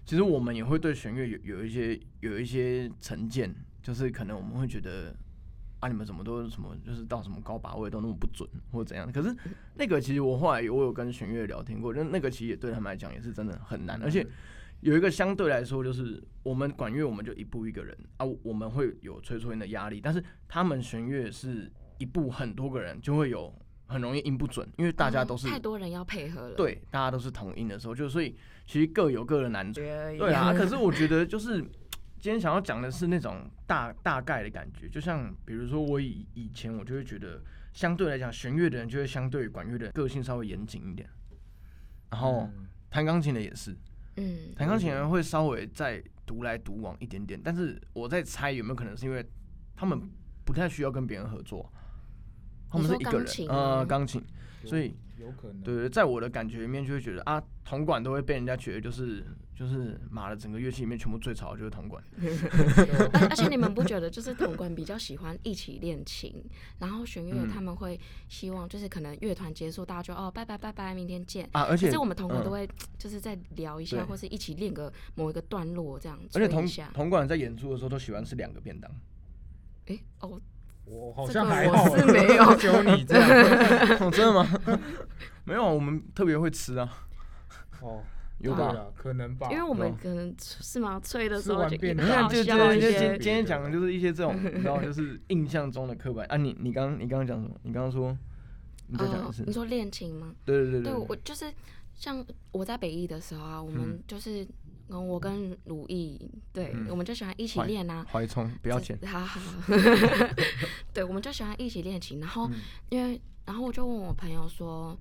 [SPEAKER 1] 其实我们也会对弦乐有有一些有一些成见，就是可能我们会觉得啊，你们怎么都什么就是到什么高把位都那么不准或者怎样，可是那个其实我后来有我有跟弦乐聊天过，就是那个其实也对他们来讲也是真的很
[SPEAKER 3] 嗯
[SPEAKER 1] 难，而且
[SPEAKER 2] 嗯
[SPEAKER 1] 有一个相对来说就是我们管乐我们就一步一个人啊，我们会有吹错音的压力，但是他们弦乐是一步很多个人就会有很容易音不准，因为大家
[SPEAKER 3] 哦
[SPEAKER 1] 都是、
[SPEAKER 3] 太多人要配合了，
[SPEAKER 1] 对，大家都是同音的时候，就所以其实各有各的难处。
[SPEAKER 3] 对
[SPEAKER 1] 对 啊，可是我觉得就是今天想要讲的是那种大大概的感觉，就像比如说我以以前我就会觉得，相对来讲弦乐的人就会相对于管乐的人个性稍微严谨一点，然后
[SPEAKER 2] 嗯
[SPEAKER 1] 弹钢琴的也是，
[SPEAKER 3] 嗯，
[SPEAKER 1] 弹钢琴的人会稍微再独来独往一点点，但是我在猜有没有可能是因为他们不太需要跟别人合作，他们是一个
[SPEAKER 3] 你说
[SPEAKER 1] 人，
[SPEAKER 3] 钢琴吗
[SPEAKER 1] 呃，钢琴，
[SPEAKER 2] 有
[SPEAKER 1] 所以。
[SPEAKER 2] 有可能，
[SPEAKER 1] 对，对，在我的感觉里面就会觉得啊，铜管都会被人家觉得就是就是妈的，整个乐器里面全部最吵的就是铜管。
[SPEAKER 3] 而而且你们不觉得，就是铜管比较喜欢一起练琴，然后弦乐
[SPEAKER 1] 嗯
[SPEAKER 3] 他们会希望就是可能乐团结束，大家就哦拜拜拜拜，明天见。
[SPEAKER 1] 啊，而
[SPEAKER 3] 可
[SPEAKER 1] 且
[SPEAKER 3] 是我们铜管
[SPEAKER 1] 嗯
[SPEAKER 3] 都会就是再聊一
[SPEAKER 1] 对
[SPEAKER 3] 下，或是一起练个某一个段落这样，
[SPEAKER 1] 而且
[SPEAKER 3] 吹
[SPEAKER 1] 铜
[SPEAKER 3] 一下。
[SPEAKER 1] 铜管在演出的时候都喜欢吃两个便当，
[SPEAKER 3] 哎哦，
[SPEAKER 2] 我好
[SPEAKER 3] 这
[SPEAKER 2] 像
[SPEAKER 3] 个
[SPEAKER 2] 还
[SPEAKER 3] 我
[SPEAKER 2] 好欸，
[SPEAKER 3] 是没 有
[SPEAKER 2] 只有你这样，
[SPEAKER 1] 哦真的吗？没有啊，我们特别会吃啊，
[SPEAKER 2] 哦，
[SPEAKER 1] 有
[SPEAKER 2] 对
[SPEAKER 1] 吧？
[SPEAKER 2] 啊，可能吧，
[SPEAKER 3] 因为我们
[SPEAKER 1] 有
[SPEAKER 3] 可能是吗？吹的
[SPEAKER 2] 吃
[SPEAKER 3] 时候
[SPEAKER 2] 完
[SPEAKER 3] 就
[SPEAKER 2] 便
[SPEAKER 1] 你
[SPEAKER 2] 当
[SPEAKER 1] 看，
[SPEAKER 3] 好
[SPEAKER 1] 就嗯
[SPEAKER 3] 笑
[SPEAKER 1] 对，
[SPEAKER 3] 一
[SPEAKER 1] 就今
[SPEAKER 3] 些
[SPEAKER 1] 今天讲的就是一些这种，你知道，就是印象中的刻板啊。你你刚刚你刚刚讲什么？你刚刚说，你再讲一
[SPEAKER 3] 哦
[SPEAKER 1] 次。
[SPEAKER 3] 你说练琴吗？
[SPEAKER 1] 对对对
[SPEAKER 3] 对，
[SPEAKER 1] 对
[SPEAKER 3] 我就是像我在北艺的时候啊，我们就是嗯，我跟鲁艺，对，
[SPEAKER 1] 嗯
[SPEAKER 3] 我们就喜欢一起
[SPEAKER 1] 坏
[SPEAKER 3] 练啊，
[SPEAKER 1] 怀冲不要 钱。
[SPEAKER 3] 好好， 对，我们就喜欢一起练琴。然后、
[SPEAKER 1] 嗯
[SPEAKER 3] 因为，然后我就问我朋友说，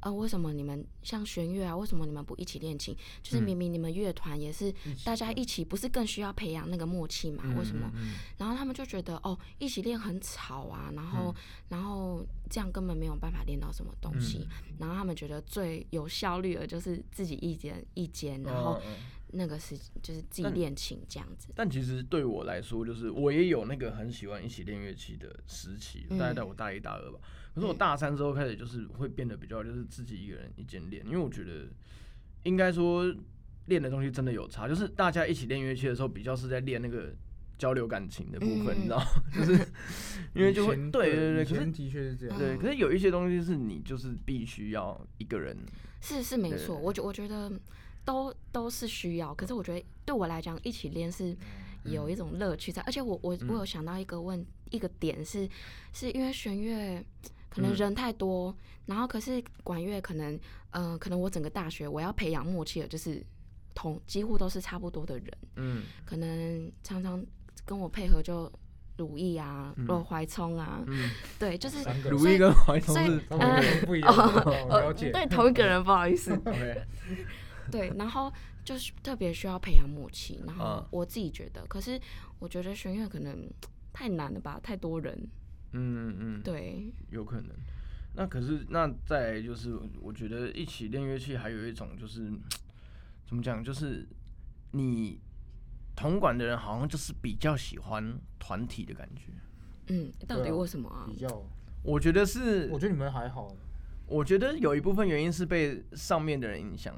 [SPEAKER 3] 呃，为什么你们像弦乐啊，为什么你们不一起练琴？就是
[SPEAKER 1] 嗯
[SPEAKER 3] 明明你们乐团也是大家一起，不是更需要培养那个默契嘛？为什么？
[SPEAKER 1] 嗯
[SPEAKER 3] 然后他们就觉得哦，一起练很吵啊，然
[SPEAKER 1] 嗯
[SPEAKER 3] 后、然后这样根本没有办法练到什么东西。
[SPEAKER 1] 嗯
[SPEAKER 3] 然后他们觉得最有效率的就是自己一间一间，然后
[SPEAKER 1] 嗯嗯嗯
[SPEAKER 3] 那个是就是自己
[SPEAKER 1] 但
[SPEAKER 3] 练琴这样子。
[SPEAKER 1] 但其实对我来说，就是我也有那个很喜欢一起练乐器的时期，大概在我大一大二吧。可是我大三之后开始，就是会变得比较就是自己一个人一间练，因为我觉得应该说练的东西真的有差，就是大家一起练乐器的时候，比较是在练那个交流感情的部分，
[SPEAKER 3] 嗯
[SPEAKER 1] 你知道， 就是因为就会
[SPEAKER 2] 以前
[SPEAKER 1] 对对对，
[SPEAKER 2] 以
[SPEAKER 1] 可是
[SPEAKER 2] 前的确是这样，
[SPEAKER 1] 对，可是有一些东西是你就是必须要一个人，
[SPEAKER 3] 是是没
[SPEAKER 1] 对
[SPEAKER 3] 错，我觉我觉得都都是需要，可是我觉得对我来讲，一起练是
[SPEAKER 1] 嗯
[SPEAKER 3] 有一种乐趣在，而且我我我有想到一个问、一个点是，是因为弦乐可能
[SPEAKER 1] 嗯
[SPEAKER 3] 人太多，然后可是管乐可能呃可能我整个大学我要培养默契的就是。同几乎都是差不多的人，
[SPEAKER 1] 嗯，
[SPEAKER 3] 可能常常跟我配合就如意啊、
[SPEAKER 1] 嗯
[SPEAKER 3] 若怀聪啊，
[SPEAKER 1] 嗯
[SPEAKER 3] 对，就是
[SPEAKER 2] 三个人
[SPEAKER 1] 如意跟怀通
[SPEAKER 3] 所
[SPEAKER 1] 是
[SPEAKER 3] 以
[SPEAKER 2] 他 们可能不一样，哦了
[SPEAKER 3] 呃
[SPEAKER 2] 解。
[SPEAKER 3] 嗯对同一个人不好意思，
[SPEAKER 1] OK，
[SPEAKER 3] 对，然后就是特别需要培养默契，然后
[SPEAKER 1] 啊
[SPEAKER 3] 我自己觉得，可是我觉得弦乐可能太难了吧，太多人，
[SPEAKER 1] 嗯嗯，
[SPEAKER 3] 对，
[SPEAKER 1] 有可能。那可是那再来就是，我觉得一起练乐器还有一种就是怎么讲，就是你同管的人好像就是比较喜欢团体的感觉。
[SPEAKER 3] 嗯，到
[SPEAKER 2] 对
[SPEAKER 3] 底
[SPEAKER 2] 啊
[SPEAKER 3] 为什么啊
[SPEAKER 1] 嗯
[SPEAKER 2] 比？较，
[SPEAKER 1] 我觉得是
[SPEAKER 2] 我觉得你们还好，
[SPEAKER 1] 我觉得有一部分原因是被上面的人影响，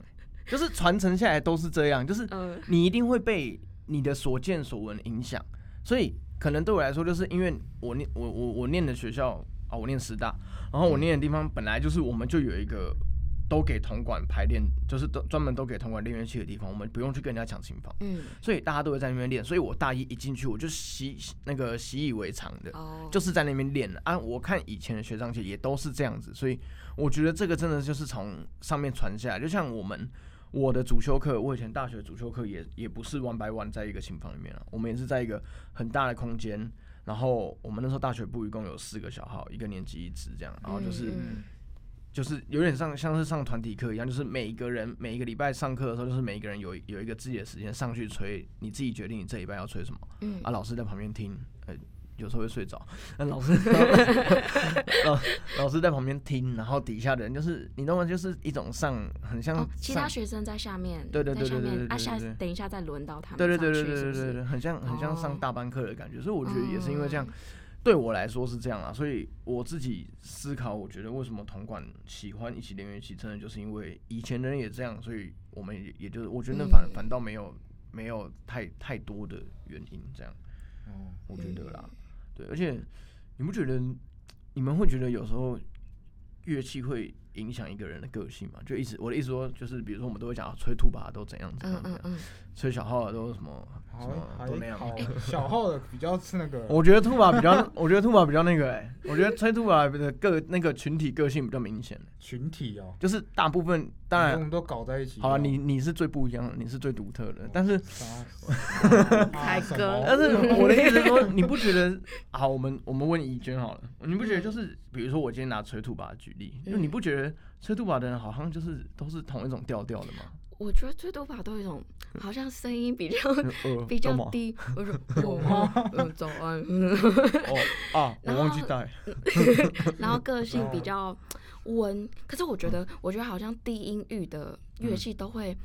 [SPEAKER 1] 就是传承下来都是这样，就是
[SPEAKER 3] 呃，
[SPEAKER 1] 你一定会被你的所见所闻影响，所以可能对我来说，就是因为我念我我我念的学校啊，我念师大，然后我念的地方本来就是我们就有一个都给铜管排练，就是都专门都给铜管练乐器的地方，我们不用去跟人家抢琴房，
[SPEAKER 3] 嗯，
[SPEAKER 1] 所以大家都会在那边练，所以我大一一进去我就习那个习以为常的，
[SPEAKER 3] 哦，
[SPEAKER 1] 就是在那边练的啊。我看以前的学长姐也都是这样子，所以我觉得这个真的就是从上面传下来。就像我们我的主修课，我以前大学主修课也也不是 one by one 在一个琴房里面啊，我们也是在一个很大的空间。然后我们那时候大学部一共有四个小号，一个年级一支这样，然后就是、
[SPEAKER 3] 嗯
[SPEAKER 1] 就是有点像像是上团体课一样，就是每一个人每一个礼拜上课的时候，就是每一个人有一有一个自己的时间上去吹，你自己决定你这礼拜要吹什么。
[SPEAKER 3] 嗯
[SPEAKER 1] 啊，老师在旁边听，呃，有时候会睡着，那老 师老老师在旁边听，然后底下的人就是你懂吗？就是一种上很像
[SPEAKER 3] 哦，其他
[SPEAKER 1] 上，
[SPEAKER 3] 学生在下面，
[SPEAKER 1] 嗯对对
[SPEAKER 3] 在
[SPEAKER 1] 对
[SPEAKER 3] 下
[SPEAKER 1] 对对
[SPEAKER 3] 面
[SPEAKER 1] 对
[SPEAKER 3] 啊，
[SPEAKER 1] 对
[SPEAKER 3] 下
[SPEAKER 1] 对
[SPEAKER 3] 等一下再轮到他们
[SPEAKER 1] 对对对
[SPEAKER 3] 上
[SPEAKER 1] 对
[SPEAKER 3] 去
[SPEAKER 1] 对对
[SPEAKER 3] 是不
[SPEAKER 1] 对
[SPEAKER 3] 是？
[SPEAKER 1] 对，很像很像上
[SPEAKER 3] 哦
[SPEAKER 1] 大班课的感觉，所以我觉得也是因为这样，对我来说是这样啦，所以我自己思考，我觉得为什么铜管喜欢一起练乐器，真的就是因为以前人也这样，所以我们也也就是我觉得那反、
[SPEAKER 3] 嗯
[SPEAKER 1] 反倒没有没有太太多的原因这样。
[SPEAKER 2] 哦，
[SPEAKER 3] 嗯
[SPEAKER 1] 我觉得啦，对，而且你不觉得你们会觉得有时候乐器会影响一个人的个性吗？就意思我的意思说，就是比如说我们都会讲啊吹兔吧都怎样怎
[SPEAKER 3] 嗯
[SPEAKER 1] 样怎
[SPEAKER 3] 嗯
[SPEAKER 1] 样，
[SPEAKER 3] 嗯，
[SPEAKER 1] 吹小号的都什么什
[SPEAKER 2] 好
[SPEAKER 1] 么都那样。
[SPEAKER 2] 哦还好，
[SPEAKER 3] 哎
[SPEAKER 2] 小号的比较是那个，
[SPEAKER 1] 我觉得兔吧比较，我觉得兔吧比较那个哎、我觉得吹兔吧的个那个群体个性比较明显、欸
[SPEAKER 2] 群体哦，
[SPEAKER 1] 就是大部分当
[SPEAKER 2] 我
[SPEAKER 1] 然
[SPEAKER 2] 们都搞在一起。
[SPEAKER 1] 好了，啊你你是最不一样的，你是最独特的，但是
[SPEAKER 2] 啥
[SPEAKER 3] 才哥
[SPEAKER 1] 但是我的意思是说，你不觉得？好，我们我们问怡娟好了，你不觉得就是，比如说我今天拿吹兔把举例，就你不觉得吹兔把的人好像就是都是同一种调调的吗？
[SPEAKER 3] 我觉得最多吧都有一种好像声音比较
[SPEAKER 1] 呃
[SPEAKER 3] 比较低， 我 说有吗？嗯，早安。嗯
[SPEAKER 1] 哦啊，我忘记带。
[SPEAKER 3] 然后个性比
[SPEAKER 2] 哦
[SPEAKER 3] 较温，可是我觉得，我觉得好像低音域的乐
[SPEAKER 1] 嗯
[SPEAKER 3] 器都会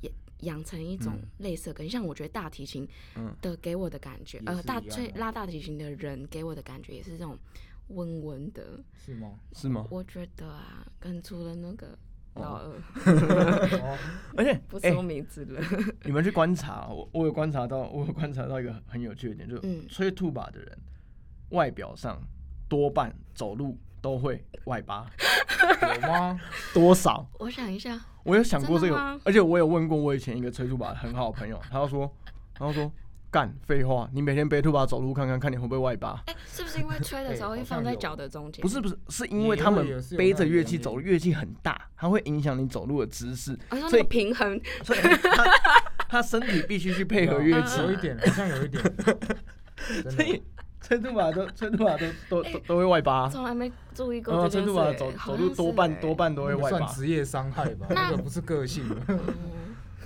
[SPEAKER 3] 也养成一种类似的感觉，像我觉得大提琴
[SPEAKER 1] 嗯
[SPEAKER 3] 的给我的感觉，
[SPEAKER 2] 也
[SPEAKER 3] 呃，
[SPEAKER 2] 是
[SPEAKER 3] 大
[SPEAKER 2] 一样
[SPEAKER 3] 吹
[SPEAKER 2] 的
[SPEAKER 3] 拉大提琴的人给我的感觉也是这种温温的，
[SPEAKER 2] 是吗？
[SPEAKER 1] 是吗？
[SPEAKER 3] 我觉得啊，跟除了那个
[SPEAKER 1] 哦
[SPEAKER 3] 老二，
[SPEAKER 2] 哦，
[SPEAKER 1] 而且，
[SPEAKER 3] 不
[SPEAKER 1] 哎、
[SPEAKER 3] 说名字了，
[SPEAKER 1] 你们去观察，我我有观察到，我有观察到一个很有趣的点，就是
[SPEAKER 3] 嗯
[SPEAKER 1] 吹兔把的人，外表上多半走路都会外八，
[SPEAKER 2] 有吗？
[SPEAKER 1] 多少？
[SPEAKER 3] 我想一下，
[SPEAKER 1] 我有想过这
[SPEAKER 3] 真的
[SPEAKER 1] 个
[SPEAKER 3] 吗，
[SPEAKER 1] 而且我有问过我以前一个吹兔把很好的朋友，他就说，他就说干废话，你每天背兔把走路看看，看你会不会外八？
[SPEAKER 3] 哎，是不是因为吹的
[SPEAKER 2] 哎
[SPEAKER 3] 时候会
[SPEAKER 2] 好
[SPEAKER 3] 放
[SPEAKER 2] 像
[SPEAKER 3] 在
[SPEAKER 2] 有
[SPEAKER 3] 脚的中间？
[SPEAKER 1] 不是不是，是因为他们
[SPEAKER 2] 也会也是有
[SPEAKER 1] 背着乐器
[SPEAKER 2] 那种
[SPEAKER 1] 走，乐器很大，它会影响你走路的姿势，
[SPEAKER 3] 啊，说
[SPEAKER 1] 所
[SPEAKER 3] 那
[SPEAKER 1] 以
[SPEAKER 3] 个平衡，
[SPEAKER 1] 所以 他他身体必须去 配合
[SPEAKER 3] 嗯
[SPEAKER 1] 乐器。
[SPEAKER 2] 有一点，好像有 一点。嗯
[SPEAKER 1] 所以吹
[SPEAKER 2] 真的，
[SPEAKER 1] 兔把都吹兔把都都都都会外八，嗯
[SPEAKER 3] 从来没注意过
[SPEAKER 1] 然后
[SPEAKER 3] 哎这
[SPEAKER 1] 吹
[SPEAKER 3] 件
[SPEAKER 1] 兔
[SPEAKER 3] 事
[SPEAKER 1] 把
[SPEAKER 3] 哎，
[SPEAKER 1] 走走
[SPEAKER 3] 好
[SPEAKER 1] 路
[SPEAKER 3] 像
[SPEAKER 1] 多
[SPEAKER 3] 是
[SPEAKER 1] 半
[SPEAKER 3] 哎
[SPEAKER 1] 多半都会外
[SPEAKER 2] 啊算
[SPEAKER 1] 八，
[SPEAKER 2] 职业伤害吧？那个不是个性。
[SPEAKER 3] 嗯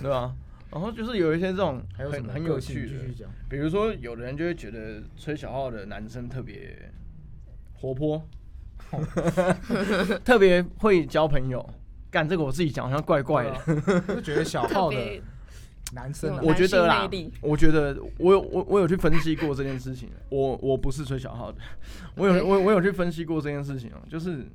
[SPEAKER 1] 对吧？然后就是有一些这种
[SPEAKER 2] 还有什
[SPEAKER 1] 很
[SPEAKER 2] 么
[SPEAKER 1] 很有
[SPEAKER 2] 个性？
[SPEAKER 1] 趣
[SPEAKER 2] 继
[SPEAKER 1] 的，
[SPEAKER 2] 续讲。
[SPEAKER 1] 比如说，有的人就会觉得吹小号的男生特别活泼，特别会交朋友。干这个我自己讲好像怪怪的，
[SPEAKER 2] 啊就觉得小
[SPEAKER 3] 特
[SPEAKER 2] 号
[SPEAKER 3] 别
[SPEAKER 2] 的男生啊
[SPEAKER 3] 有
[SPEAKER 1] 我觉得啦
[SPEAKER 3] 男性魅力，
[SPEAKER 1] 我觉得我有我我有去分析过这件事情，我我不是吹小号的， 我有我我有去分析过这件事情哦，就是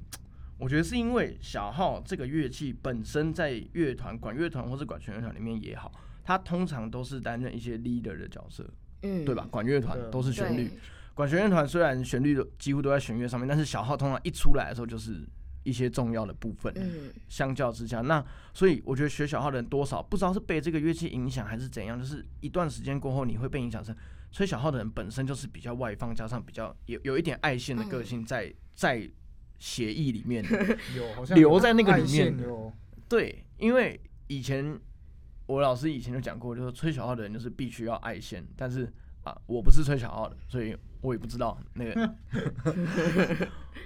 [SPEAKER 1] 我觉得是因为小号这个乐器本身在乐团管乐团或是管弦乐团里面也好，它通常都是担任一些 leader 的角色，
[SPEAKER 3] 嗯，
[SPEAKER 1] 对吧？？管乐团
[SPEAKER 2] 对
[SPEAKER 1] 都是
[SPEAKER 3] 对，
[SPEAKER 1] 旋律，管弦乐团虽然旋律都几乎都在弦乐上面，但是小号通常一出来的时候就是一些重要的部分。
[SPEAKER 3] 嗯
[SPEAKER 1] 相较之下，那所以我觉得学小号的人多少不知道是被这个乐器影响还是怎样，就是一段时间过后你会被影响成，吹小号的人本身就是比较外放，加上比较有有一点爱线的个性在、在协议里面。
[SPEAKER 2] 有好像
[SPEAKER 1] 留在那个里面
[SPEAKER 2] 暗线有
[SPEAKER 1] 对，因为以前我老师以前就讲过，就是吹小号的人就是必须要爱线，但是啊，我不是吹小号的，所以我也不知道那个，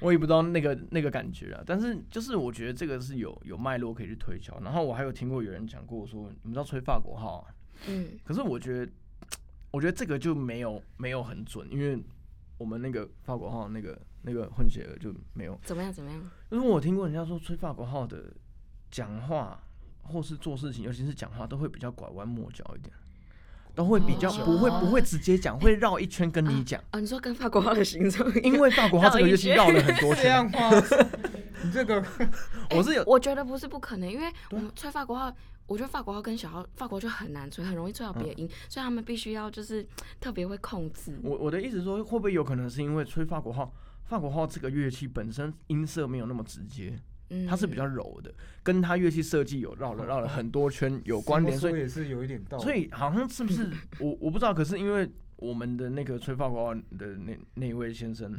[SPEAKER 1] 我也不知道那个那个感觉啊。但是就是我觉得这个是有有脉络可以去推敲。然后我还有听过有人讲过说，你们知道吹法国号、啊，
[SPEAKER 3] 嗯
[SPEAKER 1] 可是我觉得，我觉得这个就没有没有很准，因为我们那个法国号那个那个混血儿就没有。
[SPEAKER 3] 怎么样怎么样？
[SPEAKER 1] 因为我听过人家说吹法国号的讲话或是做事情，尤其是讲话都会比较拐弯抹角一点，啊都会比较
[SPEAKER 3] 哦
[SPEAKER 1] 不会不会直接讲，会绕一圈跟你讲。
[SPEAKER 3] 哦，你说跟法国号的形状一样，
[SPEAKER 1] 因为法国号这个乐器绕了很多
[SPEAKER 2] 这
[SPEAKER 1] 圈，
[SPEAKER 2] 样话，你这个
[SPEAKER 1] 我是有
[SPEAKER 3] 我觉得不是不可能，因为我
[SPEAKER 1] 对啊
[SPEAKER 3] 们吹法国号，我觉得法国号跟小号，法国就很难吹，很容易吹到别的音，所以他们必须要就是特别会控制。
[SPEAKER 1] 我我的意思说，会不会有可能是因为吹法国号？法国号这个乐器本身音色没有那么直接，
[SPEAKER 3] 嗯，
[SPEAKER 1] 它是比较柔的，跟它乐器设计有绕了绕了很多圈有关联，所以
[SPEAKER 2] 说也是有一点道理。
[SPEAKER 1] 所以好像是不是我我不知道，可是因为我们的那个吹法国号的那那一位先生，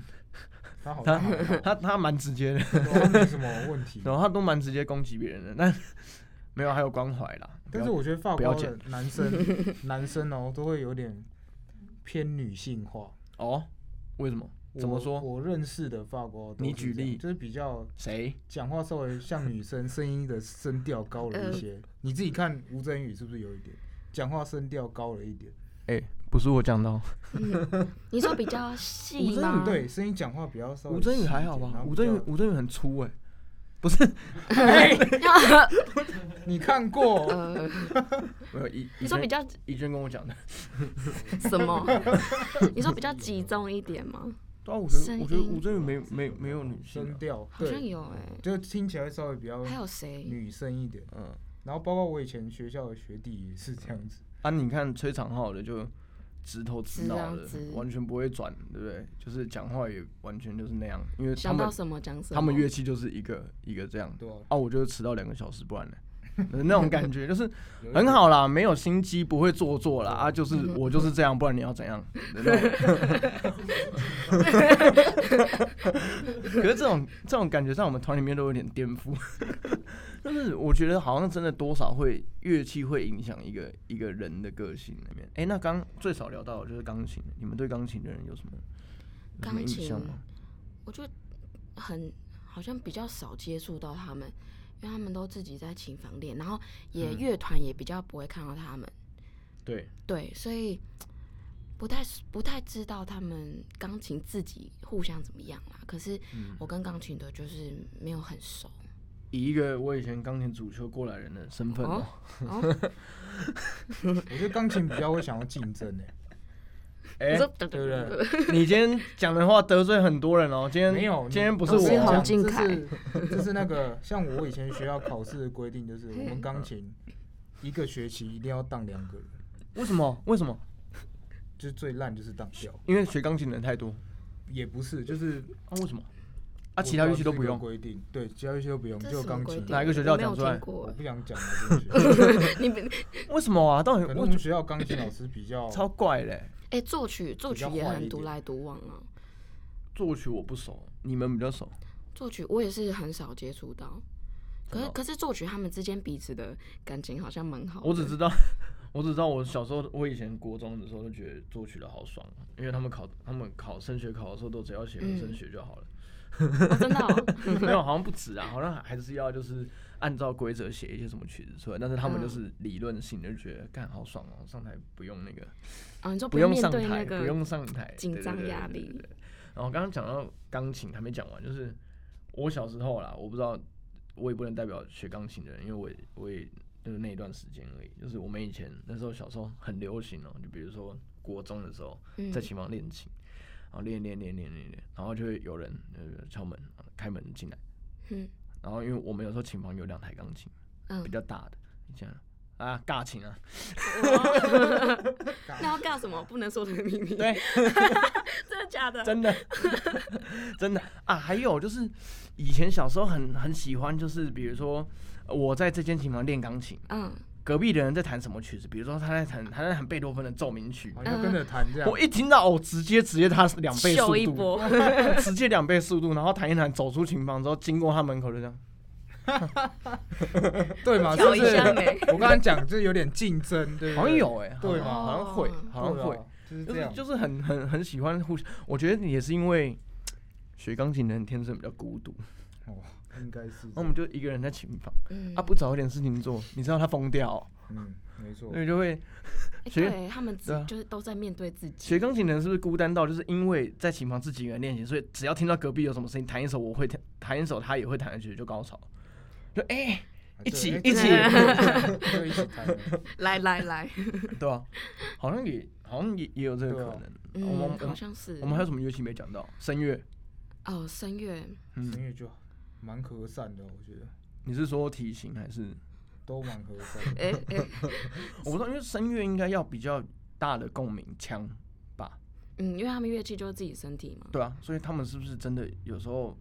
[SPEAKER 2] 他好 啊
[SPEAKER 1] 他
[SPEAKER 2] 像
[SPEAKER 1] 他他蛮直接的，
[SPEAKER 2] 没什么 问题。
[SPEAKER 1] 然后他都蛮直接攻击别人的，但没有还有关怀啦。
[SPEAKER 2] 但是我觉得法
[SPEAKER 1] 不要
[SPEAKER 2] 国的 男生男生哦都会有点偏女性化。
[SPEAKER 1] 哦，为什么？怎么
[SPEAKER 2] 我
[SPEAKER 1] 说
[SPEAKER 2] 我认识的法国都
[SPEAKER 1] 你
[SPEAKER 2] 是
[SPEAKER 1] 举
[SPEAKER 2] 这样
[SPEAKER 1] 例
[SPEAKER 2] 就是比较
[SPEAKER 1] 谁？
[SPEAKER 2] 讲话稍微像 女生，声音的声调高
[SPEAKER 3] 呃
[SPEAKER 2] 了一些。你自己看吴镇宇是不是有一点讲话声调高了一点？
[SPEAKER 1] 哎、不是我讲
[SPEAKER 3] 哦
[SPEAKER 1] 到
[SPEAKER 3] 嗯你说比较
[SPEAKER 1] 吴
[SPEAKER 3] 细
[SPEAKER 1] 镇宇
[SPEAKER 3] 吗？
[SPEAKER 2] 对，声音讲话比较稍微
[SPEAKER 1] 吴
[SPEAKER 2] 细一点。
[SPEAKER 1] 镇宇还好
[SPEAKER 2] 然
[SPEAKER 1] 吧？
[SPEAKER 2] 后比
[SPEAKER 1] 吴镇宇
[SPEAKER 2] 较
[SPEAKER 1] 吴镇宇很粗哎、不是，
[SPEAKER 2] 你 看过？
[SPEAKER 3] 呃，
[SPEAKER 1] 没有怡
[SPEAKER 3] 你
[SPEAKER 1] 怡
[SPEAKER 3] 说比
[SPEAKER 1] 娟
[SPEAKER 3] 较
[SPEAKER 1] 怡娟跟我讲的。
[SPEAKER 3] 什么？你说比较集中一点吗？
[SPEAKER 1] 对啊，我觉
[SPEAKER 3] 声
[SPEAKER 1] 得我觉得
[SPEAKER 3] 音
[SPEAKER 1] 吴镇宇没没没有女性、
[SPEAKER 2] 声
[SPEAKER 1] 啊，
[SPEAKER 2] 调
[SPEAKER 3] 好像
[SPEAKER 2] 对，
[SPEAKER 3] 有哎、
[SPEAKER 2] 就听起来稍微比较
[SPEAKER 3] 还有谁？
[SPEAKER 2] 女生一点。
[SPEAKER 1] 嗯，
[SPEAKER 2] 然后包括我以前学校的学弟也是这样子，
[SPEAKER 1] 啊，你看吹长号的就直头直脑的
[SPEAKER 3] 直啊直，
[SPEAKER 1] 完全不会转，对不对？就是讲话也完全就是那样，因为他
[SPEAKER 3] 想到
[SPEAKER 1] 们
[SPEAKER 3] 什么讲什么。
[SPEAKER 1] 他们乐器就是一个一个这样
[SPEAKER 2] 对啊，
[SPEAKER 1] 啊，我就是迟到两个小时，不然呢？那种感觉就是
[SPEAKER 2] 有一
[SPEAKER 1] 很
[SPEAKER 2] 点
[SPEAKER 1] 好啦，没有心机，不会做作啦啊，就是
[SPEAKER 3] 嗯
[SPEAKER 1] 我就是这样，不然你要怎样？的那种可是这种这种感觉在我们团里面都有点颠覆， 但是我觉得好像真的多少会乐器会影响一个一个人的个性里面。哎、那刚最少聊到的就是钢琴，你们对钢琴的人有什么有什么
[SPEAKER 3] 钢
[SPEAKER 1] 印
[SPEAKER 3] 琴
[SPEAKER 1] 象吗？
[SPEAKER 3] 我就很好像比较少接触到他们，因为他们都自己在琴房练，然后也
[SPEAKER 1] 嗯
[SPEAKER 3] 乐团也比较不会看到他们，
[SPEAKER 1] 对，
[SPEAKER 3] 对，所以不太不太知道他们钢琴自己互相怎么样啦。可是
[SPEAKER 1] 嗯
[SPEAKER 3] 我跟钢琴的就是没有很熟，
[SPEAKER 1] 以一个我以前钢琴主修过来人的身份、
[SPEAKER 3] 哦
[SPEAKER 1] 哦，
[SPEAKER 3] 哦，
[SPEAKER 2] 我觉得钢琴比较会想要竞争诶、
[SPEAKER 1] 哎、
[SPEAKER 3] 你说
[SPEAKER 2] 对不 对？
[SPEAKER 1] 你今天讲的话得罪很多人哦。今天
[SPEAKER 2] 没有，
[SPEAKER 1] 今天不是
[SPEAKER 3] 都是
[SPEAKER 1] 我
[SPEAKER 3] 黄
[SPEAKER 1] 讲
[SPEAKER 3] 金，靖凯
[SPEAKER 2] 这是这是那个像我以前学校考试的规定，就是我们钢琴一个学期一定要当两个人，
[SPEAKER 1] 为什么？为什么？
[SPEAKER 2] 就是最烂就是当掉，
[SPEAKER 1] 因为学钢琴的人太多
[SPEAKER 2] 也不是，就是
[SPEAKER 1] 啊？为什么？啊，其他乐器都不
[SPEAKER 2] 我
[SPEAKER 1] 用
[SPEAKER 2] 不知道这个规定，对，其他乐器都不用，
[SPEAKER 3] 这
[SPEAKER 2] 只
[SPEAKER 3] 是
[SPEAKER 2] 有
[SPEAKER 3] 什么
[SPEAKER 2] 钢
[SPEAKER 3] 规
[SPEAKER 2] 琴啊
[SPEAKER 3] 定。
[SPEAKER 1] 哪一个学校
[SPEAKER 3] 我没有
[SPEAKER 1] 讲出来
[SPEAKER 3] 听过
[SPEAKER 2] 我
[SPEAKER 3] 欸
[SPEAKER 2] 不想 讲了，真的是
[SPEAKER 3] 你们
[SPEAKER 1] 为什么啊？到底
[SPEAKER 2] 可能
[SPEAKER 1] 我
[SPEAKER 2] 我们学校钢 琴老师比较
[SPEAKER 1] 超怪嘞、
[SPEAKER 3] 哎，作曲作
[SPEAKER 2] 比
[SPEAKER 3] 曲
[SPEAKER 2] 较
[SPEAKER 3] 也
[SPEAKER 2] 坏
[SPEAKER 3] 很
[SPEAKER 2] 一
[SPEAKER 3] 独
[SPEAKER 2] 点
[SPEAKER 3] 来独往啊，
[SPEAKER 1] 作曲我不熟，你们比较熟。
[SPEAKER 3] 作曲我也是很少接触到。可是，
[SPEAKER 1] 哦
[SPEAKER 3] 可是作曲他们之间彼此的感情好像蛮好的。
[SPEAKER 1] 我只知道， 我只知道我小时候，我以前国中的时候就觉得作曲的好爽，因为他们考他们考升学考的时候都只要写和
[SPEAKER 3] 嗯
[SPEAKER 1] 声学就好了，
[SPEAKER 3] 哦真的哦、
[SPEAKER 1] 没有好像不止啊，好像还是要就是按照规则写一些什么曲子出来，但是他们就是理论性就觉得干好爽哦，上台不用那个。
[SPEAKER 3] 啊，你说
[SPEAKER 1] 不用
[SPEAKER 3] 用面
[SPEAKER 1] 上
[SPEAKER 3] 对
[SPEAKER 1] 台，
[SPEAKER 3] 那个
[SPEAKER 1] 不用上台，
[SPEAKER 3] 紧
[SPEAKER 1] 对对
[SPEAKER 3] 张
[SPEAKER 1] 对
[SPEAKER 3] 压
[SPEAKER 1] 对
[SPEAKER 3] 力
[SPEAKER 1] 对对然后刚刚讲到钢琴还没讲完，就是我小时候啦，我不知道，我也不能代表学钢琴的人，因为我也我也就是那一段时间而已。就是我们以前那时候小时候很流行哦、就比如说国中的时候
[SPEAKER 3] 嗯
[SPEAKER 1] 在琴房练琴，然后练练练练练练，然后就会有人呃敲门开门进来，
[SPEAKER 3] 嗯
[SPEAKER 1] 然后因为我们有时候琴房有两台钢琴比
[SPEAKER 3] 嗯，
[SPEAKER 1] 较大的，你想啊尬琴 啊，
[SPEAKER 3] 那要干什么？不能说的秘密。
[SPEAKER 1] 对，
[SPEAKER 3] 真的假的？
[SPEAKER 1] 真的，真的啊！还有就是，以前小时候很很喜欢，就是比如说呃我在这间琴房练钢琴，
[SPEAKER 3] 嗯，
[SPEAKER 1] 隔壁的人在弹什么曲子，比如说他在弹他在弹贝多芬的奏鸣曲
[SPEAKER 2] 好，像跟着
[SPEAKER 3] 嗯
[SPEAKER 2] 弹哦这样
[SPEAKER 1] 我，一听到哦，直接直接他两倍速
[SPEAKER 3] 秀一
[SPEAKER 1] 度，
[SPEAKER 3] 波。
[SPEAKER 1] 直接两倍速度，然后弹一弹，走出琴房之后，经过他门口就这样，
[SPEAKER 2] 对嘛？就
[SPEAKER 4] 挑一
[SPEAKER 2] 是
[SPEAKER 4] 下
[SPEAKER 3] 哎
[SPEAKER 4] 眉
[SPEAKER 2] 我刚才讲，就有点竞争，对不对？
[SPEAKER 1] 好像有哎、
[SPEAKER 2] 对
[SPEAKER 1] 嘛，
[SPEAKER 3] 哦
[SPEAKER 2] 嘛
[SPEAKER 1] 好像会，好像会
[SPEAKER 2] 对啊，
[SPEAKER 1] 就
[SPEAKER 2] 就是这
[SPEAKER 1] 是
[SPEAKER 2] 样，
[SPEAKER 1] 就是很很很喜欢互相。我觉得也是因为学钢琴的人天生比较孤独，
[SPEAKER 2] 应该是
[SPEAKER 1] 那我们就一个人在琴房，
[SPEAKER 3] 嗯
[SPEAKER 1] 啊，不找一点事情做，你知道他疯掉哦、
[SPEAKER 2] 嗯，没错
[SPEAKER 1] 所，以就会
[SPEAKER 3] 欸
[SPEAKER 1] 学
[SPEAKER 3] 对他们自
[SPEAKER 1] 对啊
[SPEAKER 3] 就是都在面对自己，
[SPEAKER 1] 学钢琴的人是不是孤单到就是因为在琴房自己一个人练习，所以只要听到隔壁有什么声音，弹一首我会弹，弹一首他也会弹下去，就高 潮。就哎、一起
[SPEAKER 2] 对
[SPEAKER 1] 一起
[SPEAKER 2] 对 就一起弹，
[SPEAKER 4] 来来来，
[SPEAKER 1] 对啊，好像也好像也也有这个
[SPEAKER 2] 啊
[SPEAKER 1] 可能。 我
[SPEAKER 3] 嗯
[SPEAKER 1] 们，
[SPEAKER 3] 好像是。
[SPEAKER 1] 我们还有什么乐器没讲到？声乐，
[SPEAKER 3] 哦，声乐，
[SPEAKER 2] 音
[SPEAKER 1] 嗯，
[SPEAKER 2] 乐就蛮和善的，我觉得
[SPEAKER 1] 你是说体型还是？
[SPEAKER 2] 都蛮和 善的。
[SPEAKER 3] 哎哎，
[SPEAKER 1] 我不知道，因为声乐应该要比较大的共鸣腔吧？
[SPEAKER 3] 嗯，因为他们乐器就是自己身体嘛。
[SPEAKER 1] 对啊，所以他们是不是真的有时候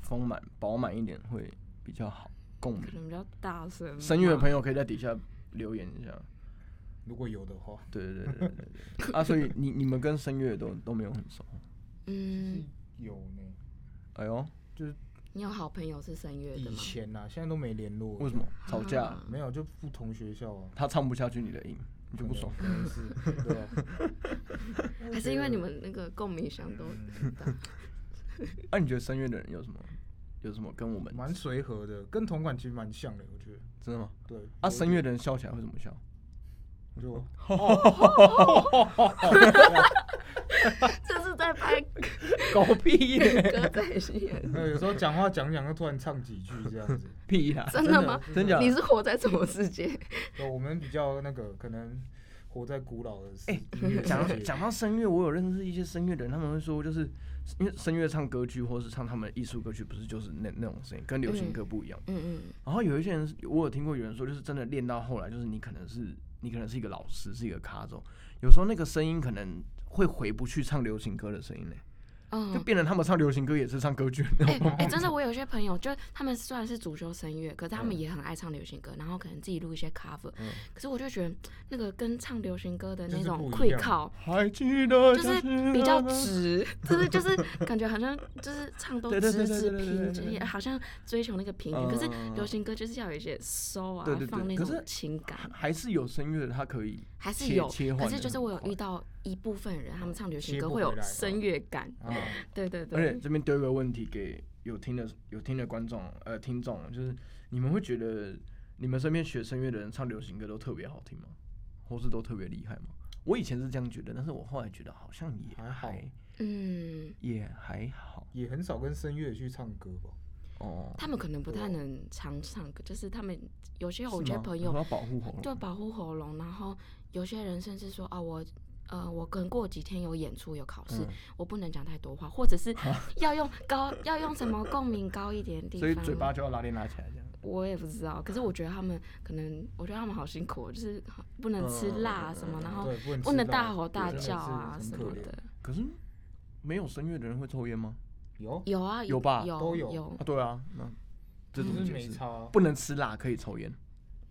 [SPEAKER 1] 丰满饱满一点会比较好共
[SPEAKER 3] 可
[SPEAKER 1] 鸣？
[SPEAKER 3] 能比较大声。啊
[SPEAKER 1] 声乐的朋友可以在底下留言一下。
[SPEAKER 2] 如果有的话，
[SPEAKER 1] 对对对对对对对啊！所以你你们跟声乐都都没有很熟。
[SPEAKER 3] 嗯，
[SPEAKER 2] 有呢。
[SPEAKER 1] 哎呦，
[SPEAKER 3] 你有好朋友是声乐的
[SPEAKER 2] 以
[SPEAKER 3] 吗？
[SPEAKER 2] 前呐、现在都没联络。
[SPEAKER 1] 为什么吵架
[SPEAKER 3] 啊？
[SPEAKER 2] 没有，就不同学校啊，
[SPEAKER 1] 他唱不下去你的音，你就不爽。
[SPEAKER 2] 可能是， 对啊，
[SPEAKER 3] 还是因为你们那个共鸣相都很
[SPEAKER 2] 嗯
[SPEAKER 3] 大？
[SPEAKER 1] 那、啊你觉得声乐的人有什么有什么跟我们
[SPEAKER 2] 蛮随和的，跟同款其实蛮像的，我觉得。
[SPEAKER 1] 真的吗？
[SPEAKER 2] 对，
[SPEAKER 1] 啊，声乐的人笑起来会怎么笑？
[SPEAKER 2] 就
[SPEAKER 3] 这是在拍
[SPEAKER 1] 狗屁耶，
[SPEAKER 3] 歌仔戏，
[SPEAKER 2] 没有有时候讲话讲讲，就突然唱几句这样子。
[SPEAKER 1] 屁啦！
[SPEAKER 3] 真
[SPEAKER 2] 啊
[SPEAKER 3] 的吗？
[SPEAKER 1] 真假的
[SPEAKER 3] 你是活在什么世界？
[SPEAKER 2] 对，我们比较那个，可能活在古老的世音乐
[SPEAKER 1] 哎讲到
[SPEAKER 2] 世界
[SPEAKER 1] 讲到声乐，我有认识一些声乐的人，他们会说，就是因为声乐唱歌剧或是唱他们的艺术歌曲，不是就是那那种声音，跟流行歌不一样。
[SPEAKER 3] 嗯嗯，
[SPEAKER 1] 然后有一些人是，我有听过有人说，就是真的练到后来，就是你可能是你可能是一个老师，是一个卡手，有时候那个声音可能会回不去唱流行歌的声音嘞、就
[SPEAKER 3] 嗯，
[SPEAKER 1] 变成他们唱流行歌也是唱歌剧的 那种
[SPEAKER 3] 哎、
[SPEAKER 1] 方
[SPEAKER 3] 哎
[SPEAKER 1] 法。
[SPEAKER 3] 真的，我有些朋友，就他们虽然是主修声乐，可是他
[SPEAKER 2] 嗯
[SPEAKER 3] 们也很爱唱流行歌，然后可能自己录一些 cover，、
[SPEAKER 1] 嗯
[SPEAKER 3] 可是我就觉得那个跟唱流行歌的
[SPEAKER 2] 就
[SPEAKER 3] 那
[SPEAKER 2] 是
[SPEAKER 3] 种
[SPEAKER 2] 不一
[SPEAKER 3] 会
[SPEAKER 2] 样
[SPEAKER 3] 靠
[SPEAKER 1] 还记得
[SPEAKER 3] 就是比较 直，嗯就是就是感觉好像就是唱都
[SPEAKER 1] 对对对
[SPEAKER 3] 直
[SPEAKER 1] 对对
[SPEAKER 3] 直
[SPEAKER 1] 对对
[SPEAKER 3] 平
[SPEAKER 1] 对
[SPEAKER 3] 直，好像追求那个平
[SPEAKER 1] 嗯
[SPEAKER 3] 均，可是
[SPEAKER 1] 嗯嗯
[SPEAKER 3] 流行歌就是要有一些收啊
[SPEAKER 1] 对对对，
[SPEAKER 3] 放那
[SPEAKER 1] 可
[SPEAKER 3] 种
[SPEAKER 1] 是
[SPEAKER 3] 情感。
[SPEAKER 1] 还是有声乐的，它可以
[SPEAKER 3] 还是
[SPEAKER 1] 切
[SPEAKER 3] 有
[SPEAKER 1] 切，换
[SPEAKER 3] 可
[SPEAKER 1] 得
[SPEAKER 3] 是就是
[SPEAKER 1] 很
[SPEAKER 3] 我有
[SPEAKER 1] 快
[SPEAKER 3] 遇到一部分人，他们唱流行
[SPEAKER 2] 切
[SPEAKER 3] 歌
[SPEAKER 2] 不
[SPEAKER 3] 会有
[SPEAKER 2] 回来
[SPEAKER 3] 声乐感，
[SPEAKER 2] 啊，
[SPEAKER 3] 对对
[SPEAKER 1] 而且
[SPEAKER 3] 对，
[SPEAKER 1] 这边丢一个问题给有听的有听的观众呃听众，就是你们会觉得你们身边学声乐的人唱流行歌都特别好听吗？或是都特别厉害吗？我以前是这样觉得，但是我后来觉得好像也
[SPEAKER 2] 还好
[SPEAKER 3] 嗯，
[SPEAKER 1] 也还好
[SPEAKER 2] 也很少跟声乐去唱歌吧。
[SPEAKER 1] 哦。
[SPEAKER 3] 他们可能不太
[SPEAKER 2] 对
[SPEAKER 3] 能常唱歌，就是他们有些
[SPEAKER 1] 是
[SPEAKER 3] 我觉得
[SPEAKER 1] 吗
[SPEAKER 3] 朋
[SPEAKER 1] 你
[SPEAKER 3] 友
[SPEAKER 1] 说要保护喉咙，
[SPEAKER 3] 对，保护喉咙，然后有些人甚至说啊，我呃，我可能过几天有演出有考试，
[SPEAKER 1] 嗯
[SPEAKER 3] 我不能讲太多话，或者是
[SPEAKER 1] 哦
[SPEAKER 3] 要用高要用什么共鸣高一点的地
[SPEAKER 1] 所
[SPEAKER 3] 方，
[SPEAKER 1] 以嘴巴就要拉链拉起来这样。
[SPEAKER 3] 我也不知道，可是我觉得他们可能，我觉得他们好辛苦哦，就是不能吃
[SPEAKER 1] 嗯嗯嗯
[SPEAKER 3] 辣啊什么，然后
[SPEAKER 2] 对，不能
[SPEAKER 3] 不
[SPEAKER 2] 吃
[SPEAKER 3] 能
[SPEAKER 2] 辣
[SPEAKER 3] 大吼大
[SPEAKER 2] 真的
[SPEAKER 3] 叫
[SPEAKER 2] 是
[SPEAKER 3] 啊
[SPEAKER 2] 很
[SPEAKER 3] 什
[SPEAKER 2] 可
[SPEAKER 3] 么
[SPEAKER 2] 怜。
[SPEAKER 3] 的。
[SPEAKER 1] 可是没有声乐的人会抽烟吗？
[SPEAKER 2] 有，
[SPEAKER 3] 有啊，
[SPEAKER 1] 有吧
[SPEAKER 3] 有
[SPEAKER 2] 都有
[SPEAKER 3] 有
[SPEAKER 1] 啊，，对啊，那这
[SPEAKER 2] 就
[SPEAKER 1] 怎么
[SPEAKER 2] 是
[SPEAKER 1] 解
[SPEAKER 2] 没
[SPEAKER 1] 释？
[SPEAKER 2] 差啊。
[SPEAKER 1] 不能吃辣可以抽 烟，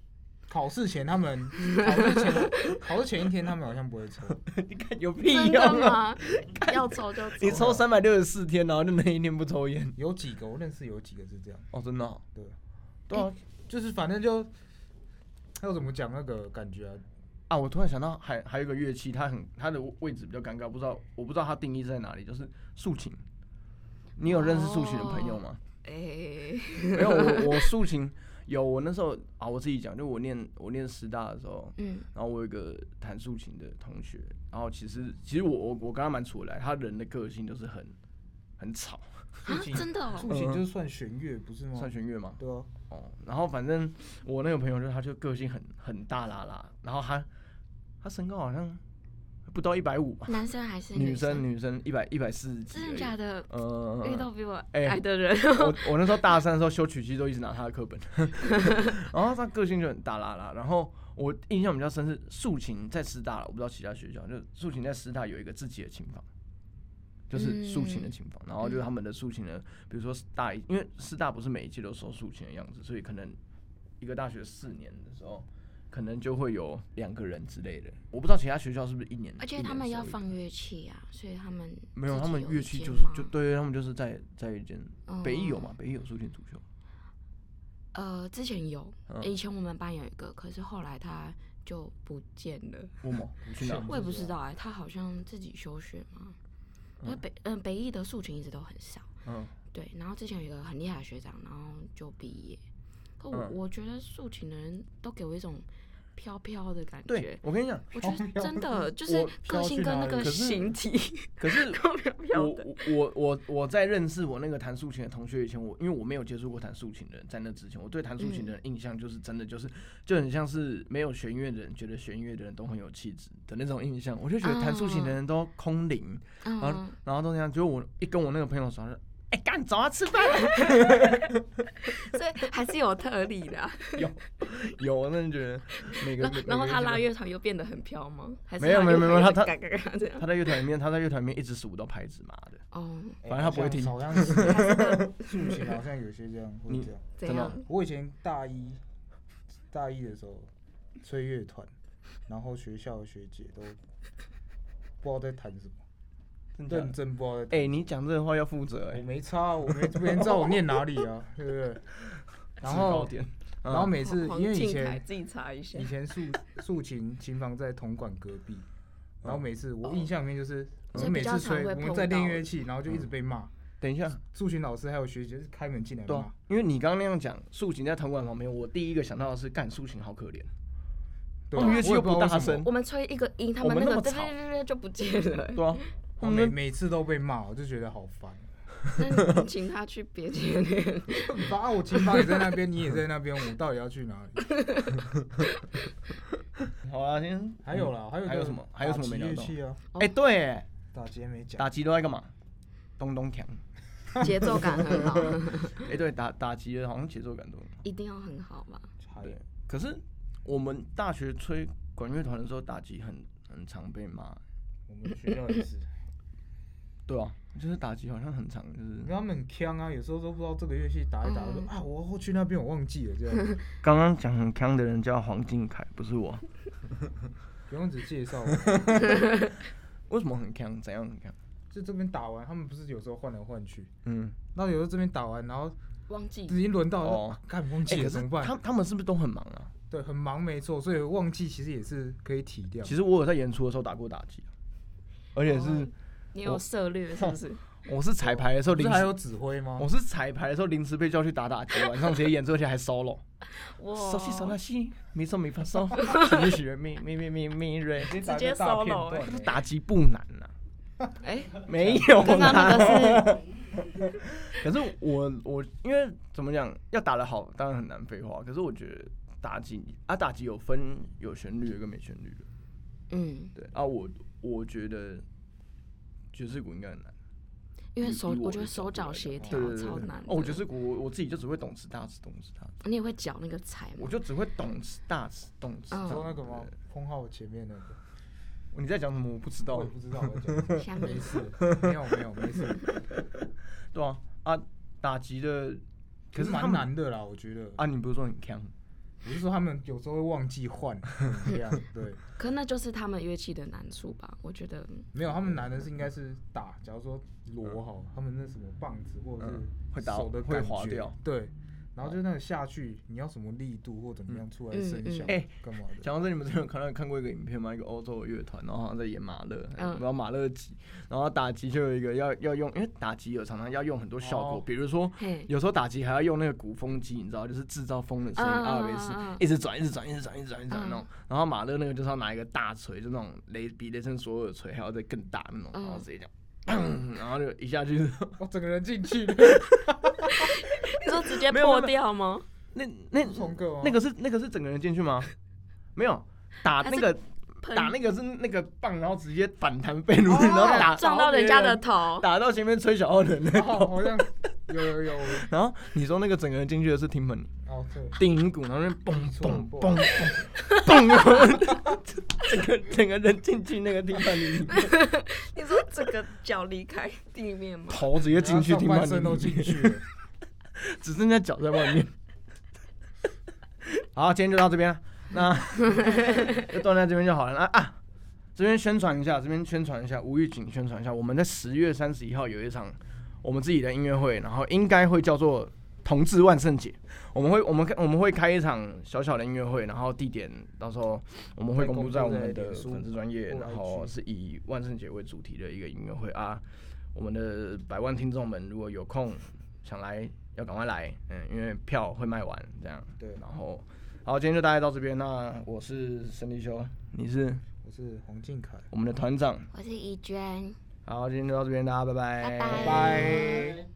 [SPEAKER 2] 考试前他们考试前考试前一天他们好像不会抽，
[SPEAKER 1] 你看有屁
[SPEAKER 3] 真
[SPEAKER 1] 用
[SPEAKER 3] 的
[SPEAKER 1] 啊！
[SPEAKER 3] 吗？要抽就抽。
[SPEAKER 1] 你抽三百六十四天，然后就那一天不抽烟
[SPEAKER 2] 有几个我认识有几个是这样，
[SPEAKER 1] 哦，真的哦、
[SPEAKER 2] 对，
[SPEAKER 1] 对啊，
[SPEAKER 2] 就是反正就要怎么讲那个感觉啊，
[SPEAKER 1] 啊，我突然想到还还有一个乐器，它很它的位置比较尴尬，不知道我不知道它定义在哪里，就是竖琴。你有认识竖琴的朋友吗？
[SPEAKER 3] 哎，
[SPEAKER 1] 没有，我我竖琴有，我那时候啊，我自己讲，就我念我念师大的时候，
[SPEAKER 3] 嗯
[SPEAKER 1] 然后我有一个弹竖琴的同学，然后其实其实我我我跟他蛮处得来，他人的个性就是很很吵，
[SPEAKER 3] 啊，真的哦，
[SPEAKER 2] 竖琴就是算弦乐不是吗？
[SPEAKER 1] 嗯算弦乐嘛，
[SPEAKER 2] 对啊，
[SPEAKER 1] 哦，然后反正我那个朋友就是他就个性很很大啦啦，然后他他身高好像不到一百五吧，
[SPEAKER 3] 男生还是
[SPEAKER 1] 女
[SPEAKER 3] 生？
[SPEAKER 1] 生女生一百一百四十几而已，
[SPEAKER 3] 真的假的？
[SPEAKER 1] 呃，
[SPEAKER 3] 遇到比我
[SPEAKER 1] 哎
[SPEAKER 3] 矮的人，
[SPEAKER 1] 我我那时候大三的时候修曲机都一直拿他的课本， 然后他个性就很大啦啦。然后我印象比较深是竖琴在师大了，我不知道其他学校，就竖琴在师大有一个自己的琴房，就是竖
[SPEAKER 3] 嗯
[SPEAKER 1] 琴的琴房。然后就是他们的竖琴呢，比如说大一，因为师大不是每一届都收竖琴的样子，所以可能一个大学四年的时候。可能就会有两个人之类的，我不知道其他学校是不是一年，
[SPEAKER 3] 而
[SPEAKER 1] 一
[SPEAKER 3] 且
[SPEAKER 1] 年
[SPEAKER 3] 他们
[SPEAKER 1] 收
[SPEAKER 3] 要
[SPEAKER 1] 一个
[SPEAKER 3] 放乐器啊，所以他们
[SPEAKER 1] 没有，
[SPEAKER 3] 自己
[SPEAKER 1] 他们
[SPEAKER 3] 有
[SPEAKER 1] 乐
[SPEAKER 3] 一
[SPEAKER 1] 器
[SPEAKER 3] 间
[SPEAKER 1] 就是就
[SPEAKER 3] 吗
[SPEAKER 1] 对，他们就是在在一间
[SPEAKER 3] 嗯
[SPEAKER 1] 北艺有嘛，北艺有书店主修，
[SPEAKER 3] 呃，之前有，
[SPEAKER 1] 嗯
[SPEAKER 3] 以前我们班有一个，可是后来他就不见了，
[SPEAKER 1] 为 什么？你去哪？
[SPEAKER 3] 我也不知道哎、他好像自己休学嘛。因为北嗯、北艺的素琴一直都很少，
[SPEAKER 1] 嗯，
[SPEAKER 3] 对。然后之前有一个很厉害的学长，然后就毕业。可我、
[SPEAKER 1] 嗯
[SPEAKER 3] 我觉得素琴的人都给我一种飘飘的感
[SPEAKER 1] 对
[SPEAKER 3] 觉，，
[SPEAKER 1] 我跟你讲，
[SPEAKER 3] 我觉得真的就是
[SPEAKER 1] 我
[SPEAKER 3] 个
[SPEAKER 1] 飘
[SPEAKER 3] 性
[SPEAKER 1] 去
[SPEAKER 3] 跟
[SPEAKER 1] 哪
[SPEAKER 3] 那
[SPEAKER 1] 里
[SPEAKER 3] 个
[SPEAKER 1] 可是
[SPEAKER 3] 形体
[SPEAKER 1] 可是
[SPEAKER 3] 都飘飘
[SPEAKER 1] 我
[SPEAKER 3] 的。
[SPEAKER 1] 我我我在认识我那个弹竖琴的同学以前，我因为我没有接触过弹竖琴的人，在那之前，我对弹竖琴
[SPEAKER 3] 嗯
[SPEAKER 1] 的人印象就是真的就是就很像是没有学音乐的人觉得学音乐的人都很有气质的那种印象，我就觉得弹竖琴的
[SPEAKER 3] 哦
[SPEAKER 1] 人都空灵，然后
[SPEAKER 3] 嗯，
[SPEAKER 1] 然后都那样，结果我一跟我那个朋友说，他说哎干走啊吃饭啊，
[SPEAKER 3] 所以还是有特例的啊、
[SPEAKER 1] 有我真的觉得每个
[SPEAKER 3] 然
[SPEAKER 1] 每
[SPEAKER 3] 然后
[SPEAKER 1] 每个
[SPEAKER 3] 他
[SPEAKER 1] 人
[SPEAKER 3] 拉
[SPEAKER 1] 都
[SPEAKER 3] 乐团又变得很飘吗？还是
[SPEAKER 1] 没有
[SPEAKER 3] 他
[SPEAKER 1] 没有
[SPEAKER 3] 乐
[SPEAKER 1] 没有
[SPEAKER 3] 团
[SPEAKER 1] 他
[SPEAKER 3] 又
[SPEAKER 1] 他
[SPEAKER 3] 嘎嘎嘎这样
[SPEAKER 1] 他在乐团里面他在乐团里面一直数不到拍子，妈的，
[SPEAKER 3] 哦，
[SPEAKER 1] 反正他不会听
[SPEAKER 2] 哎好 像是竖琴好像有些这样会
[SPEAKER 1] 你
[SPEAKER 2] 这样。
[SPEAKER 3] 这
[SPEAKER 1] 真的
[SPEAKER 3] 样
[SPEAKER 2] 我以前大一大一的时候吹乐团，然后学校的学姐都不知道在弹什么，
[SPEAKER 1] 真的假
[SPEAKER 2] 认
[SPEAKER 1] 的。
[SPEAKER 2] 真不知道在弹。
[SPEAKER 1] 哎、你讲这个话要负责哎、
[SPEAKER 2] 我没差啊，我没没人知道我念哪里 啊，对不对？然
[SPEAKER 1] 制高
[SPEAKER 2] 后
[SPEAKER 1] 点
[SPEAKER 2] 然后
[SPEAKER 1] 嗯
[SPEAKER 2] 每次
[SPEAKER 3] 黄
[SPEAKER 2] 因为以
[SPEAKER 3] 静凯
[SPEAKER 2] 前
[SPEAKER 3] 自己查一下
[SPEAKER 2] 以， 前竖竖琴琴房在铜管隔壁，然
[SPEAKER 1] 嗯
[SPEAKER 2] 后每次我印象里面就是我
[SPEAKER 3] 哦所以
[SPEAKER 2] 们每
[SPEAKER 3] 比较
[SPEAKER 2] 次
[SPEAKER 3] 常
[SPEAKER 2] 吹
[SPEAKER 3] 会
[SPEAKER 2] 我们
[SPEAKER 3] 碰
[SPEAKER 2] 在练
[SPEAKER 3] 到
[SPEAKER 2] 乐器，然后就一直被骂。
[SPEAKER 1] 等一下。
[SPEAKER 2] 竖琴老师还有学姐就是开门进
[SPEAKER 1] 嗯
[SPEAKER 2] 来
[SPEAKER 1] 对
[SPEAKER 2] 骂
[SPEAKER 1] 啊，，因为你刚刚那样讲，竖琴在铜管旁边，我第一个想到的是，干竖琴好可怜，
[SPEAKER 2] 对
[SPEAKER 1] 他
[SPEAKER 2] 啊，
[SPEAKER 1] 们乐器
[SPEAKER 2] 我也
[SPEAKER 1] 哦又
[SPEAKER 2] 不知道
[SPEAKER 1] 不大
[SPEAKER 2] 为什么
[SPEAKER 1] 声
[SPEAKER 3] 我们吹一个音，他
[SPEAKER 1] 我
[SPEAKER 3] 们
[SPEAKER 1] 们
[SPEAKER 3] 那
[SPEAKER 1] 那
[SPEAKER 3] 个
[SPEAKER 1] 么
[SPEAKER 3] 对
[SPEAKER 1] 吵
[SPEAKER 3] 对对对就不见了 欸。
[SPEAKER 1] 对啊，
[SPEAKER 2] 我
[SPEAKER 1] 我
[SPEAKER 2] 哦每
[SPEAKER 1] 们
[SPEAKER 2] 每次都被骂，我就觉得好烦。
[SPEAKER 3] 那你请他去别间练，
[SPEAKER 2] 啊，我琴房也在那边，你也在那边，我到底要去哪里？
[SPEAKER 1] 好啦，先
[SPEAKER 2] 还有啦，还有
[SPEAKER 1] 还有
[SPEAKER 2] 个
[SPEAKER 1] 什么还有什么没
[SPEAKER 2] 打击
[SPEAKER 1] 聊
[SPEAKER 2] 乐
[SPEAKER 1] 到？
[SPEAKER 2] 器啊？
[SPEAKER 3] 哦
[SPEAKER 1] 嗯哎，对，
[SPEAKER 2] 打劫没讲，
[SPEAKER 1] 打击都在干嘛？咚咚锵，
[SPEAKER 3] 节奏感很 好，
[SPEAKER 1] 哎，对，打打击的好像节奏感都很好
[SPEAKER 3] 一定要很好吧？
[SPEAKER 2] 还
[SPEAKER 1] 对。可是我们大学吹管乐团的时候，打击很很常被骂，
[SPEAKER 2] 我们学校也是，
[SPEAKER 1] 对啊，就是打击好像很常就是
[SPEAKER 2] 因为他们很呛啊，有时候都不知道这个乐器打一打，
[SPEAKER 3] 嗯
[SPEAKER 2] 说啊，我后去那边我忘记了这 样，
[SPEAKER 1] 刚刚讲很康的人叫黄靖凯，不是我。
[SPEAKER 2] 不用只介绍我，
[SPEAKER 1] 为什么很康？怎样很康？
[SPEAKER 2] 就这边打完，他们不是有时候换来换去，
[SPEAKER 1] 嗯，
[SPEAKER 2] 那有时候这边打完，然后
[SPEAKER 3] 忘记
[SPEAKER 2] 已经轮到
[SPEAKER 1] 哦
[SPEAKER 2] 了，干忘
[SPEAKER 1] 哎，
[SPEAKER 2] 记
[SPEAKER 1] 可
[SPEAKER 2] 了
[SPEAKER 1] 是
[SPEAKER 2] 怎么
[SPEAKER 1] 他
[SPEAKER 2] 办？
[SPEAKER 1] 他们是不是都很忙啊？
[SPEAKER 2] 对，很忙没错，所以忘记其实也是可以体谅。
[SPEAKER 1] 其实我有在演出的时候打过打击，啊而且是
[SPEAKER 3] 哦你有涉略是 不是？
[SPEAKER 1] 我是彩排的时候
[SPEAKER 2] 哦不
[SPEAKER 1] 临
[SPEAKER 2] 是还
[SPEAKER 1] 时，
[SPEAKER 2] 有指挥吗
[SPEAKER 1] 我？是彩排的时候临时被叫去打打击，晚上直接演出而且还 solo，
[SPEAKER 3] 哇，
[SPEAKER 1] 手起手到西，没手没发 烧，情绪没没没没没人，
[SPEAKER 2] 直
[SPEAKER 3] 直接 solo 欸
[SPEAKER 1] 打击不难呐、
[SPEAKER 3] 哎，
[SPEAKER 1] 没有
[SPEAKER 3] 刚刚那
[SPEAKER 1] 啦。
[SPEAKER 3] 个是
[SPEAKER 1] 可是我我因为怎么讲，要打得好当然很难废话，可是我觉得打击啊打击有分有旋律的跟没旋律的，
[SPEAKER 3] 嗯，
[SPEAKER 1] 对啊我我觉得爵士鼓应该很难。
[SPEAKER 3] 因为
[SPEAKER 1] 以
[SPEAKER 3] 手
[SPEAKER 1] 以我
[SPEAKER 3] 我觉
[SPEAKER 1] 的
[SPEAKER 3] 得
[SPEAKER 1] 角
[SPEAKER 3] 手
[SPEAKER 1] 度来
[SPEAKER 3] 脚
[SPEAKER 1] 讲
[SPEAKER 3] 协调
[SPEAKER 1] 对对对
[SPEAKER 3] 超
[SPEAKER 1] 对
[SPEAKER 3] 难的。
[SPEAKER 1] 哦，我爵士鼓我我自己就只会懂词大词，懂词大词，
[SPEAKER 3] 你也会搅那个彩吗？
[SPEAKER 1] 我就只会懂词大词，懂词大
[SPEAKER 3] 嗯
[SPEAKER 1] 词。
[SPEAKER 2] 说那个吗？封号前面那个，
[SPEAKER 1] 你在讲什么？我不知道
[SPEAKER 2] 我也。不知道我在讲什么。
[SPEAKER 3] 下
[SPEAKER 2] 没
[SPEAKER 3] 面
[SPEAKER 2] 事，没有没有没事，
[SPEAKER 1] 对啊，啊，打击的，可是他
[SPEAKER 2] 蛮
[SPEAKER 1] 们
[SPEAKER 2] 难的啦，我觉得。
[SPEAKER 1] 啊，你不是说很强？
[SPEAKER 2] 我是说他们有时候会忘 记换，这样对。
[SPEAKER 3] 可那就是他们乐器的难处吧？我觉得，
[SPEAKER 2] 没有，他们难的是应该是打，假如说锣好，他们那什么棒子或者是
[SPEAKER 1] 嗯会打
[SPEAKER 2] 手的
[SPEAKER 1] 会
[SPEAKER 2] 感
[SPEAKER 1] 滑
[SPEAKER 2] 觉
[SPEAKER 1] 掉，
[SPEAKER 2] 对。然后就那个下去，你要什么力度或怎么样出来声
[SPEAKER 3] 嗯嗯
[SPEAKER 2] 响
[SPEAKER 1] 嗯哎，
[SPEAKER 2] 干嘛的？
[SPEAKER 1] 讲到这，你们之前有看到看过一个影片吗？一个欧洲的乐团，然后好像在演马勒，
[SPEAKER 3] 嗯
[SPEAKER 1] 然后马勒吉，然后打击就有一个要要用，因为打击有常常要用很多效果，
[SPEAKER 2] 哦
[SPEAKER 1] 比如说
[SPEAKER 3] 嘿，
[SPEAKER 1] 有时候打击还要用那个鼓风机，你知道，就是制造风的声音，
[SPEAKER 3] 嗯嗯
[SPEAKER 1] 阿尔
[SPEAKER 3] 嗯
[SPEAKER 1] 卑斯
[SPEAKER 3] 嗯 嗯
[SPEAKER 1] 一直转，一直转，一直转，一直转，一直转
[SPEAKER 3] 嗯
[SPEAKER 1] 那种。然后马勒那个就是要拿一个大锤，就那种雷比雷神索尔锤还要再更大那种，
[SPEAKER 3] 嗯
[SPEAKER 1] 然后直接这样，砰然后就一下 就是
[SPEAKER 2] 我哦整个人 进去了，
[SPEAKER 3] 你说直接
[SPEAKER 1] 没有没
[SPEAKER 3] 破
[SPEAKER 1] 有
[SPEAKER 3] 掉吗？
[SPEAKER 1] 那那
[SPEAKER 2] 重个吗？哦
[SPEAKER 1] 那个是那个是整个人进去吗？没有，打
[SPEAKER 3] 它
[SPEAKER 1] 那
[SPEAKER 3] 是
[SPEAKER 1] 个
[SPEAKER 3] 喷
[SPEAKER 1] 打那个是那个棒，然后直接反弹飞出去，
[SPEAKER 2] 哦
[SPEAKER 1] 然后打
[SPEAKER 3] 撞到人家的头，
[SPEAKER 1] 打到前面吹小号的人。
[SPEAKER 2] 哦，好像有有有，我
[SPEAKER 1] 然后你说那个整个人进去的是听门
[SPEAKER 2] 哦对。
[SPEAKER 1] 定音鼓，然后那边嘣
[SPEAKER 2] 错
[SPEAKER 1] 嘣嘣嘣嘣，然后整个整个人进去那个地板里面，
[SPEAKER 3] 你说整个脚离开地面吗？
[SPEAKER 1] 头直接进去听
[SPEAKER 2] 上
[SPEAKER 1] 板
[SPEAKER 2] 半
[SPEAKER 1] 里
[SPEAKER 2] 身都进
[SPEAKER 1] 面，
[SPEAKER 2] 去了。
[SPEAKER 1] 只剩下脚在外面。好，今天就到这边了，那 就断在这边就好了啊啊！这边宣传一下，这边宣传一下，吴玉景宣传一下，我们在十月三十一号有一场我们自己的音乐会，然后应该会叫做同志万圣节，我们会我们开我们会开一场小小的音乐会，然后地点到时候我们会
[SPEAKER 2] 会
[SPEAKER 1] 公
[SPEAKER 2] 公
[SPEAKER 1] 布
[SPEAKER 2] 布
[SPEAKER 1] 在我
[SPEAKER 2] 在
[SPEAKER 1] 们的
[SPEAKER 2] 脸书
[SPEAKER 1] 粉丝专业，
[SPEAKER 2] 或
[SPEAKER 1] 然后
[SPEAKER 2] IG
[SPEAKER 1] 是以万圣节为主题的一个音乐会啊。我们的百万听众们如果有空想来，要赶快来，嗯，因为票会卖完这样。
[SPEAKER 2] 对
[SPEAKER 1] 然后好，今天就大概到这边。那我是沈立修，你是
[SPEAKER 2] 我是黄靖凯。
[SPEAKER 1] 我们的团长。
[SPEAKER 3] 我是怡娟，
[SPEAKER 1] 好，今天就到这边，大家拜拜，
[SPEAKER 3] 拜拜
[SPEAKER 2] 拜